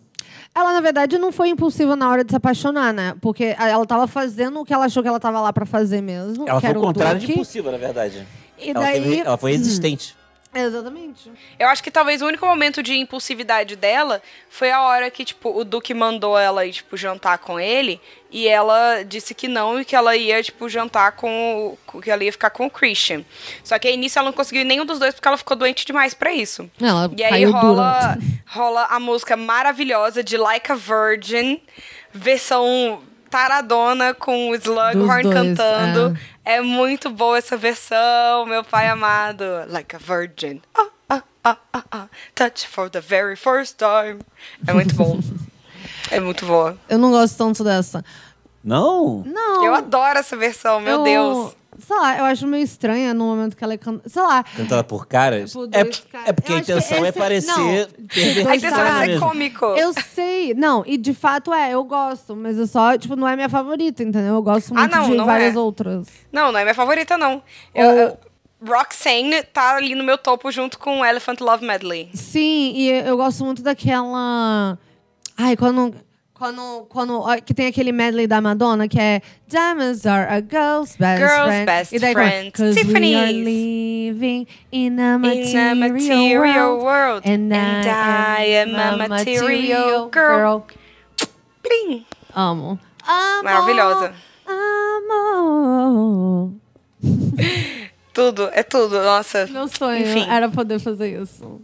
S4: Ela, na verdade, não foi impulsiva na hora de se apaixonar, né? Porque a- ela tava fazendo o que ela achou que ela tava lá pra fazer mesmo.
S3: Ela
S4: que
S3: foi
S4: era
S3: o
S4: o
S3: contrário de
S4: Duque.
S3: impulsiva, na verdade.
S4: um E
S3: Ela,
S4: daí. Hum.
S3: teve- ela foi resistente.
S4: Exatamente.
S2: Eu acho que talvez o único momento de impulsividade dela foi a hora que, tipo, o Duque mandou ela ir, tipo, jantar com ele. E ela disse que não e que ela ia, tipo, jantar com. o- que ela ia ficar com o Christian. Só que aí nisso ela não conseguiu nenhum dos dois porque ela ficou doente demais pra isso.
S4: Ela
S2: E aí
S4: caiu
S2: rola,
S4: dura.
S2: rola a música maravilhosa de Like a Virgin, versão taradona com o Slughorn
S4: Dos dois,
S2: cantando. É. muito boa essa versão, meu pai amado. Like a Virgin. Ah, ah, ah, ah, ah. Touch for the very first time. É muito bom. é muito boa.
S4: Eu não gosto tanto dessa.
S3: Não?
S4: Não.
S2: Eu adoro essa versão, meu
S4: eu-
S2: Deus.
S4: Sei lá, eu acho meio estranha no momento que ela canta. Sei lá.
S3: Cantada por caras?
S4: Por
S3: é,
S4: Tipo, dois caras.
S3: é porque
S4: Eu
S3: a
S4: acho que
S3: intenção é
S4: esse-
S3: parecer...
S4: não,
S3: pervertida
S2: A
S4: dois
S2: intenção é era ser
S4: caras.
S3: mesmo.
S2: cômico.
S4: Eu sei. Não, e de fato é, eu gosto, mas eu só, tipo, não é minha favorita, entendeu? Eu gosto
S2: Ah,
S4: muito
S2: não,
S4: de
S2: não
S4: várias
S2: é.
S4: outras.
S2: Não, não é minha favorita, não. Eu, eu- Roxanne tá ali no meu topo junto com Elephant Love Medley.
S4: Sim, e eu gosto muito daquela. Ai, quando. Quando, quando. ó, Que tem aquele medley da Madonna que é Diamonds are a girl's best
S2: Girl's
S4: friend.
S2: best
S4: e daí,
S2: friend.
S4: Cause we are
S2: Tiffany's.
S4: living in a
S2: In
S4: material,
S2: a material
S4: world.
S2: world.
S4: And, I am a material girl.
S2: Plim.
S4: Amo. Amo.
S2: Maravilhosa.
S4: Amo.
S2: Tudo, é tudo, nossa.
S4: Meu sonho
S2: Enfim.
S4: era poder fazer isso.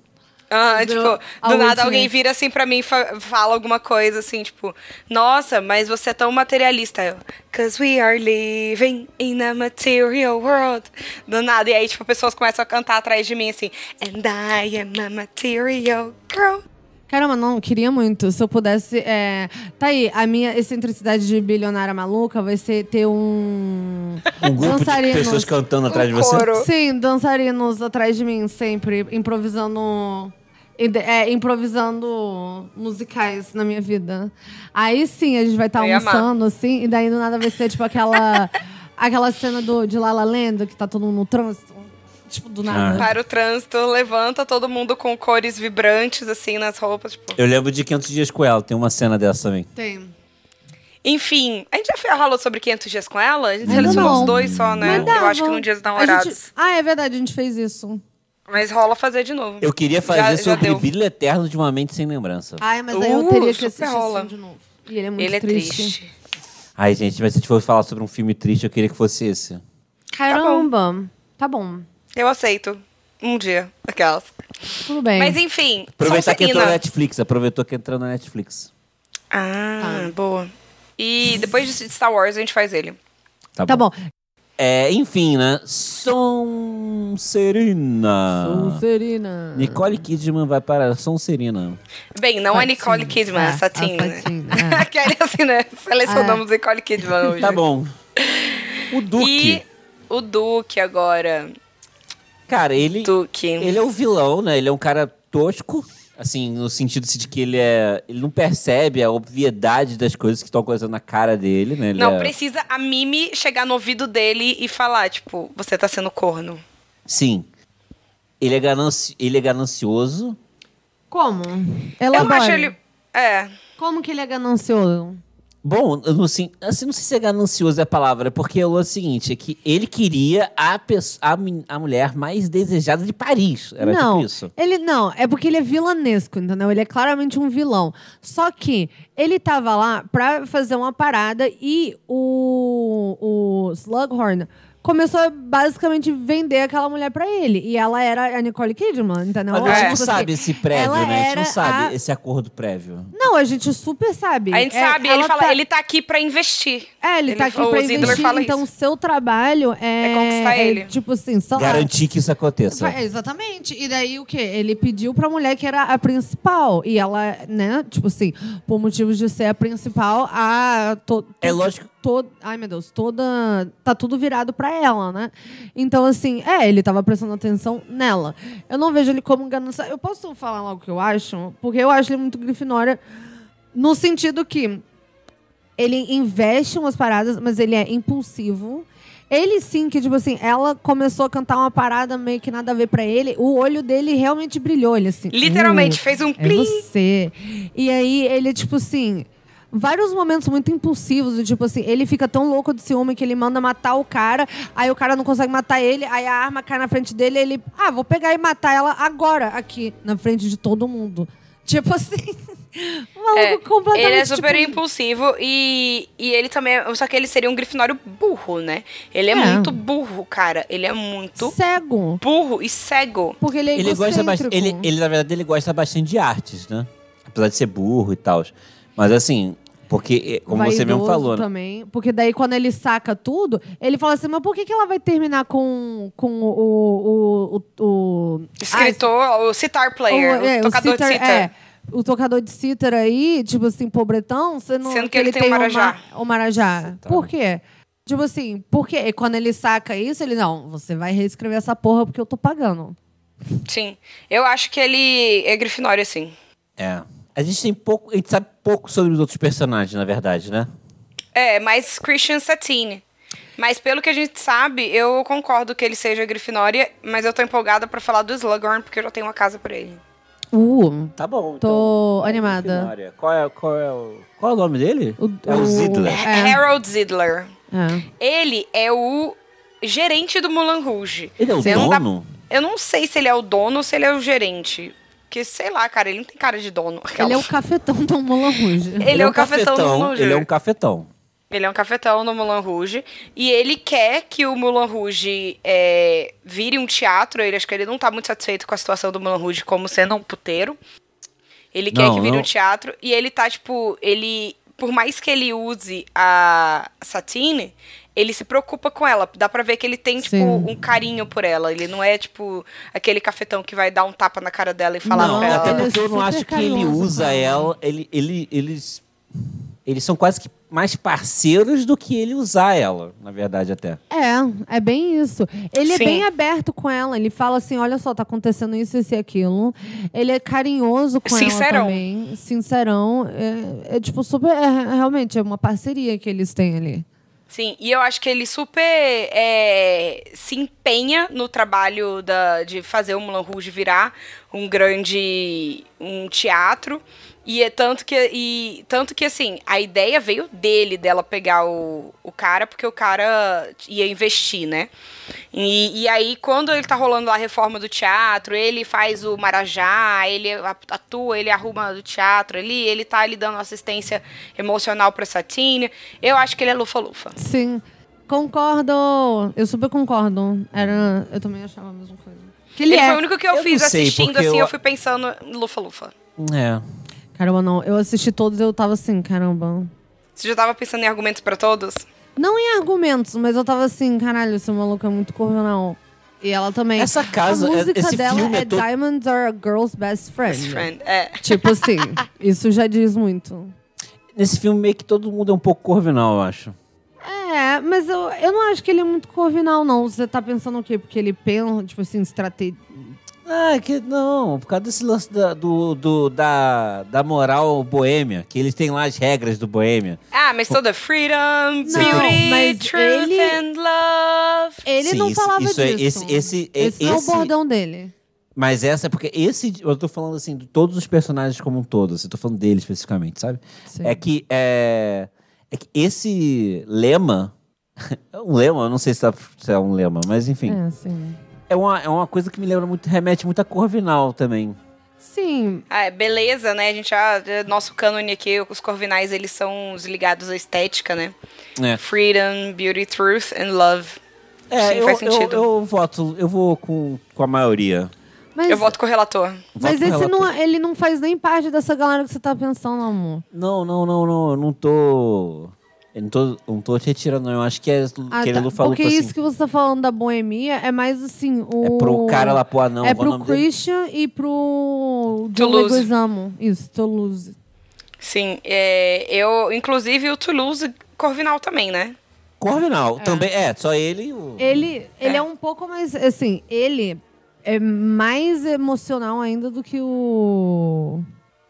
S2: Ah,
S4: Deu
S2: tipo,
S4: a
S2: do nada
S4: última.
S2: alguém vira assim pra mim e fa- fala alguma coisa assim, tipo, nossa, mas você é tão materialista. Eu, Cause we are living in a material world. Do nada. E aí, tipo, pessoas começam a cantar atrás de mim assim, and I am a material girl.
S4: Caramba, não, queria muito. Se eu pudesse. é, Tá aí, a minha excentricidade de bilionária maluca vai ser ter um.
S3: Um grupo de
S4: dançarinos.
S3: pessoas cantando atrás de
S2: Um
S3: você.
S2: coro.
S4: Sim, dançarinos atrás de mim sempre, improvisando. ide- É, improvisando musicais na minha vida. Aí sim, a gente vai estar
S2: Eu ia amar.
S4: almoçando, assim, e daí do nada vai ser tipo aquela. aquela cena do, de La La Land, que tá todo mundo no trânsito. Tipo, do nada.
S2: Para o trânsito, levanta todo mundo com cores vibrantes, assim, nas roupas, tipo.
S3: Eu lembro de 500 Dias com Ela, tem uma cena dessa também.
S4: Tem.
S2: Enfim, a gente já falou sobre 500 dias com ela? A gente
S4: Ainda
S2: selecionou
S4: não.
S2: os dois só, né?
S4: Mas dava.
S2: Eu acho que no Dias
S4: A
S2: Namorados.
S4: gente- Ah, é verdade, a gente fez isso.
S2: Mas rola fazer de novo.
S3: Eu queria
S2: Já- já
S3: fazer sobre
S2: deu.
S3: Brilho Eterno de Uma Mente Sem Lembrança.
S4: Ai, mas aí eu
S2: Uh,
S4: teria que
S2: super
S4: assistir esse
S2: rola.
S4: filme de novo. E ele é muito
S2: Ele é
S4: triste.
S2: triste.
S3: Ai, gente, mas se a gente fosse falar sobre um filme triste, eu queria que fosse esse.
S4: Caramba. Tá bom.
S2: Eu aceito. Um dia. Aquelas.
S4: Tudo bem.
S2: Mas enfim. um
S3: Aproveitar que entrou na
S2: Sonserina.
S3: Netflix. Aproveitou que entrou na Netflix.
S2: Ah, boa. E depois de Star Wars a gente faz ele.
S4: Tá bom.
S3: É, enfim, né? Sonserina.
S4: Sonserina.
S3: Nicole Kidman vai para Sonserina.
S2: Bem, não é Nicole Kidman, é,
S4: É,
S2: a Satine.
S4: a Ah.
S2: né?
S4: Satine, é.
S2: Aquele assim, né? Selecionamos Nicole Kidman hoje.
S3: Tá bom. O Duque.
S2: E o Duque agora.
S3: Cara, ele,
S2: Duque.
S3: ele é o vilão, né? Ele é um cara tosco, assim, no sentido assim, de que ele é. Ele não percebe a obviedade das coisas que estão acontecendo na cara dele, né? Ele
S2: Não
S3: é-
S2: precisa a Mimi chegar no ouvido dele e falar, tipo, você tá sendo corno.
S3: Sim. Ele é, gananci... ele é ganancioso.
S4: Como?
S2: Eu
S4: Elabora.
S2: acho ele. É.
S4: Como que ele é ganancioso?
S3: Bom, eu não, sei, assim, não sei se é ganancioso é a palavra, porque o lance é o seguinte: é que ele queria a, pesso- a, men- a mulher mais desejada de Paris. Era
S4: não,
S3: tipo isso.
S4: ele não, é porque ele é vilanesco, entendeu? Ele é claramente um vilão. Só que ele tava lá pra fazer uma parada e o, o Slughorn começou a basicamente vender aquela mulher pra ele. E ela era a Nicole Kidman, entendeu?
S3: Mas
S4: Ela,
S3: a gente
S2: é.
S3: não
S4: tipo assim,
S3: sabe esse prévio,
S4: ela
S3: né? A gente
S4: era
S3: não sabe
S4: a-
S3: esse acordo prévio.
S4: Não, a gente super sabe.
S2: A gente
S4: É,
S2: sabe, ele
S4: ela
S2: fala,
S4: tá-
S2: ele tá aqui pra investir.
S4: É, ele,
S2: ele-
S4: tá aqui
S2: o
S4: pra
S2: Zidler
S4: investir,
S2: fala
S4: então o
S2: isso.
S4: seu trabalho é...
S2: É conquistar ele.
S4: Tipo assim, só...
S3: Garantir que isso né? aconteça.
S4: Fa- Exatamente. E daí o quê? Ele pediu pra mulher que era a principal. E ela, né, tipo assim, por motivos de ser a principal, a. to- to-
S3: É lógico.
S4: to- ai, meu Deus, toda. Tá tudo virado pra ela, né? Então, assim, é, ele tava prestando atenção nela. Eu não vejo ele como um ganância. Eu posso falar logo o que eu acho? Porque eu acho ele muito grifinória. No sentido que ele investe umas paradas, mas ele é impulsivo. Ele sim, que tipo assim, ela começou a cantar uma parada meio que nada a ver pra ele. O olho dele realmente brilhou, ele assim.
S2: Literalmente,
S4: "Uh,
S2: fez um
S4: é
S2: plim.
S4: você. E aí ele tipo assim, vários momentos muito impulsivos, do tipo assim, ele fica tão louco de ciúme que ele manda matar o cara, aí o cara não consegue matar ele, aí a arma cai na frente dele, ele, ah, vou pegar e matar ela agora aqui na frente de todo mundo. Tipo assim, o maluco
S2: É,
S4: completamente
S2: Ele é super
S4: tipo,
S2: impulsivo e, e ele também. é- Só que ele seria um grifinório burro, né? Ele é,
S4: É.
S2: muito burro, cara. Ele é muito
S4: cego,
S2: burro e cego.
S4: porque ele é
S3: Ele gosta bastante. Ele,
S4: egocêntrico.
S3: ele, na verdade, ele gosta bastante de artes, né? Apesar de ser burro e tal. Mas assim, porque, eh, como você mesmo
S4: Vaidoso
S3: falou, né?
S4: também. Porque daí, quando ele saca tudo, ele fala assim: mas por que, que ela vai terminar com, com o, o, o, o.
S2: Escritor, o citar
S4: ah,
S2: player, o,
S4: é,
S2: tocador de
S4: cítara-
S2: citar.
S4: é, o tocador de cítara aí, tipo assim, pobretão, você não.
S2: Sendo que ele tem o
S4: o
S2: marajá. tá.
S4: ma- O marajá.
S3: Citar.
S4: Por quê? Tipo assim, porque e quando ele saca isso, ele, não, você vai reescrever essa porra porque eu tô pagando.
S2: Sim. Eu acho que ele é grifinório, assim.
S3: É. A gente tem pouco. A gente sabe pouco sobre os outros personagens, na verdade, né?
S2: É, mais Christian Satine. Mas pelo que a gente sabe, eu concordo que ele seja Grifinória, mas eu tô empolgada pra falar do Slughorn, porque eu já tenho uma casa pra ele.
S4: Uh,
S3: Tá bom.
S4: Tô animada.
S3: Qual é, qual, é o, qual é o nome dele?
S4: O-
S3: é o
S4: o-
S3: Zidler.
S4: É.
S2: Harold Zidler.
S4: é.
S2: Ele é o gerente do Moulin Rouge.
S3: Ele é o
S2: Você
S4: um
S2: não dá-
S3: dono?
S2: Eu não sei se ele é o dono ou se ele é o gerente. Porque, sei lá, cara, ele não tem cara de dono.
S4: Ele é o cafetão do Moulin Rouge.
S2: Ele é o cafetão do Moulin Rouge.
S3: um Ele é um cafetão.
S2: Ele é um cafetão no Moulin Rouge. E ele quer que o Moulin Rouge é, vire um teatro. Ele acho que ele não tá muito satisfeito com a situação do Moulin Rouge como sendo um puteiro. Ele quer
S3: Não,
S2: que vire
S3: não.
S2: um teatro. E ele tá, tipo, ele. Por mais que ele use a Satine, ele se preocupa com ela. Dá pra ver que ele tem, tipo,
S4: Sim.
S2: um carinho por ela. Ele não é, tipo, aquele cafetão que vai dar um tapa na cara dela e falar
S3: não,
S2: pra ela.
S3: até
S4: Ele é
S3: porque eu não
S4: super
S3: acho que ele
S4: carinhoso,
S3: usa
S4: cara.
S3: ela. Ele, ele, eles, eles são quase que mais parceiros do que ele usar ela, na verdade, até.
S4: É, é bem isso. Ele
S2: Sim.
S4: é bem aberto com ela. Ele fala assim: olha só, tá acontecendo isso, isso e aquilo. Ele é carinhoso com
S2: Sincerão.
S4: ela também. Sincerão. É, é tipo super. É, realmente, é uma parceria que eles têm ali.
S2: Sim, e eu acho que ele super é, se empenha no trabalho da, de fazer o Moulin Rouge virar um grande um teatro. E é tanto que, e, tanto que assim, a ideia veio dele, dela pegar o, o cara, porque o cara ia investir, né? E, e aí, quando ele tá rolando lá a reforma do teatro, ele faz o Marajá, ele a- atua, ele arruma do teatro ali, ele tá ali dando assistência emocional pra Satine. Eu acho que ele é lufa-lufa.
S4: Sim. Concordo. Eu super concordo. Era, eu também achava a mesma coisa. Que ele,
S2: Ele
S4: é.
S2: foi o único que eu,
S3: eu
S2: fiz
S3: não sei,
S2: assistindo,
S3: porque
S2: assim, eu...
S3: eu-
S2: fui pensando em lufa-lufa.
S3: É.
S4: Caramba, não. Eu assisti todos e eu tava assim, caramba.
S2: Você já tava pensando em argumentos pra todos?
S4: Não em argumentos, mas eu tava assim, caralho, esse maluco é muito corvinal. E ela também.
S3: Essa casa,
S4: a música
S3: esse
S4: dela
S3: filme
S4: é
S3: é todo-
S4: Diamonds Are a Girl's Best Friend.
S2: Best friend. É.
S4: Tipo assim, isso já diz muito.
S3: Nesse filme meio que todo mundo é um pouco corvinal, eu acho.
S4: É, mas eu, eu não acho que ele é muito corvinal, não. Você tá pensando o quê? Porque ele pensa, tipo assim, estrate...
S3: Ah, que não, por causa desse lance da, do, do- da, da moral boêmia, que eles têm lá as regras do boêmia.
S2: Ah, mas toda freedom,
S4: Não,
S2: beauty,
S4: mas
S2: truth
S4: ele-
S2: and love.
S4: Ele
S3: Sim,
S4: não
S3: isso-
S4: falava
S3: isso é-
S4: disso.
S3: esse- esse- é-
S4: Esse não é o
S3: esse-
S4: bordão dele.
S3: Mas essa é porque esse. Eu tô falando assim, de todos os personagens como um todo, assim, tô falando dele especificamente, sabe?
S4: Sim.
S3: É que, é, é que esse lema. É um lema, eu não sei se, tá- se é um lema, mas enfim.
S4: É, sim.
S3: É, uma, é uma coisa que me lembra muito, remete muito a Corvinal também.
S4: Sim,
S2: Ah, é beleza, né? A gente já. Nosso cânone aqui, os corvinais, eles são os ligados à estética, né?
S3: É.
S2: Freedom, beauty, truth and love.
S3: É,
S2: Sim,
S3: eu,
S2: faz
S3: eu-
S2: sentido.
S3: Eu, voto, eu vou com, com a maioria.
S4: mas,
S2: Eu voto com o relator.
S3: Voto
S4: mas
S3: com
S4: esse
S3: ela.
S4: não, é, ele não faz nem parte dessa galera que você tá pensando, amor.
S3: Não, não, não, não. Eu não tô. Eu não tô, não tô te retirando, não. Eu acho que é
S4: Ah,
S3: que ele
S4: tá.
S3: não falou
S4: Porque
S3: assim,
S4: isso que você tá falando da boemia é mais assim, o...
S3: É pro cara lá pro anão.
S4: é
S3: qual o
S4: pro
S3: nome dele?
S4: Christian e pro John
S2: Toulouse.
S4: Leguizamo. Isso, Toulouse.
S2: Sim, é, eu. Inclusive o Toulouse Corvinal também, né?
S3: Corvinal. Também, é, só ele e o.
S4: Ele, ele
S2: É.
S4: é. um pouco mais. Assim, ele é mais emocional ainda do que o.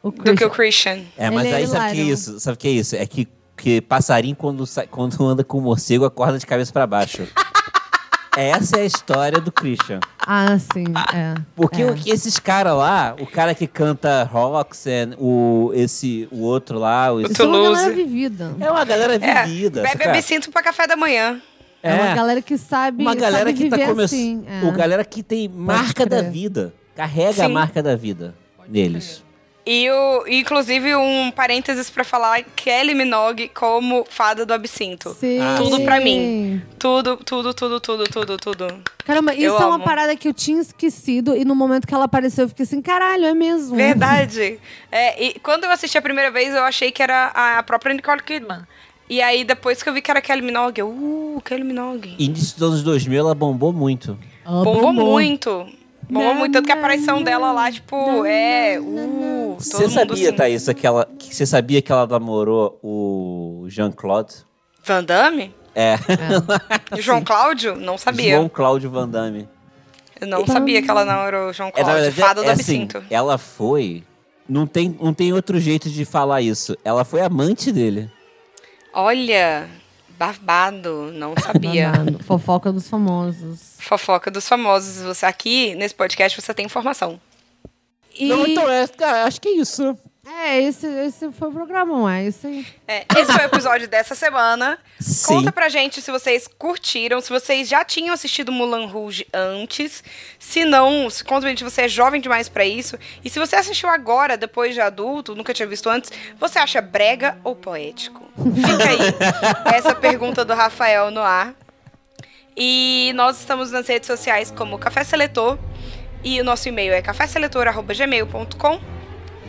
S4: O
S2: Do que o
S4: Christian.
S2: Christian.
S3: É, mas
S4: Ele é
S3: aí sabe o que é
S4: hilário.
S3: isso? Sabe o que é isso? É que, que passarinho, quando, sai- quando anda com morcego, acorda de cabeça pra baixo. Essa é a história do Christian.
S4: Ah, sim. É.
S3: Porque
S4: é.
S3: o que esses caras lá, o cara que canta Roxanne, o, esse, o outro lá, o-
S4: Isso é uma
S2: Toulouse.
S4: galera vivida.
S3: é uma galera
S2: É,
S3: vivida.
S2: Bebe
S3: saca?
S2: absinto pra café da manhã.
S4: É. uma galera que sabe.
S3: uma galera
S4: sabe
S3: que tá
S4: viver
S3: começando.
S4: Assim, é.
S3: O galera que tem marca da
S4: crer.
S3: vida. Carrega a
S2: Sim.
S3: marca da vida neles.
S2: E o, e, inclusive um parênteses pra falar Kelly Minogue como fada do absinto.
S4: Sim.
S3: Ah,
S2: Tudo pra mim. Tudo, tudo, tudo, tudo, tudo, tudo.
S4: Caramba, isso
S2: Eu
S4: é uma
S2: amo.
S4: parada que eu tinha esquecido e no momento que ela apareceu eu fiquei assim, caralho, é mesmo.
S2: Verdade. É, e quando eu assisti a primeira vez, eu achei que era a a própria Nicole Kidman. E aí, depois que eu vi que era Kelly Minogue, eu, uh, Kelly Minogue.
S3: Início dos anos 2000, ela bombou muito.
S4: Ah,
S2: Bombou muito. Bombou
S4: Não,
S2: muito. Tanto que a
S4: não,
S2: aparição dela lá, tipo,
S4: não,
S2: é,
S4: não,
S2: uh, todo
S3: Você
S2: mundo
S3: sabia,
S2: assim.
S3: Thaís, que ela, que você sabia que ela namorou o Jean-Claude?
S2: Van Damme? É.
S3: É.
S2: João Cláudio? Não sabia.
S3: João Cláudio Van Damme.
S2: Eu não sabia que ela namorou o João
S3: É, na
S2: Cláudio.
S3: verdade,
S2: fada do
S3: é assim,
S2: absinto.
S3: ela foi. Não tem, não tem outro jeito de falar isso. Ela foi amante dele.
S2: Olha, babado, não sabia.
S4: Babado. Fofoca dos famosos.
S2: Fofoca dos famosos. Você aqui nesse podcast você tem informação.
S4: E...
S3: Não, então, é, cara, acho que é isso.
S4: É, esse, esse foi o programa, ué. Esse aí.
S2: É, esse foi o episódio dessa semana.
S3: Sim.
S2: Conta pra gente se vocês curtiram, se vocês já tinham assistido Mulan Rouge antes. Se não, se conta pra gente se você é jovem demais pra isso. E se você assistiu agora, depois de adulto, nunca tinha visto antes, você acha brega ou poético? Fica aí essa pergunta do Rafael no ar. E nós estamos nas redes sociais como Café Seletor. E o nosso e-mail é caféseletor.gmail.com.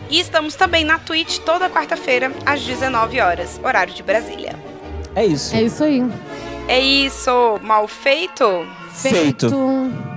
S2: E estamos também na Twitch toda quarta-feira, às 19 horas, horário de Brasília.
S3: É isso.
S4: É isso aí.
S2: É isso, mal feito?
S3: Feito.
S4: Feito.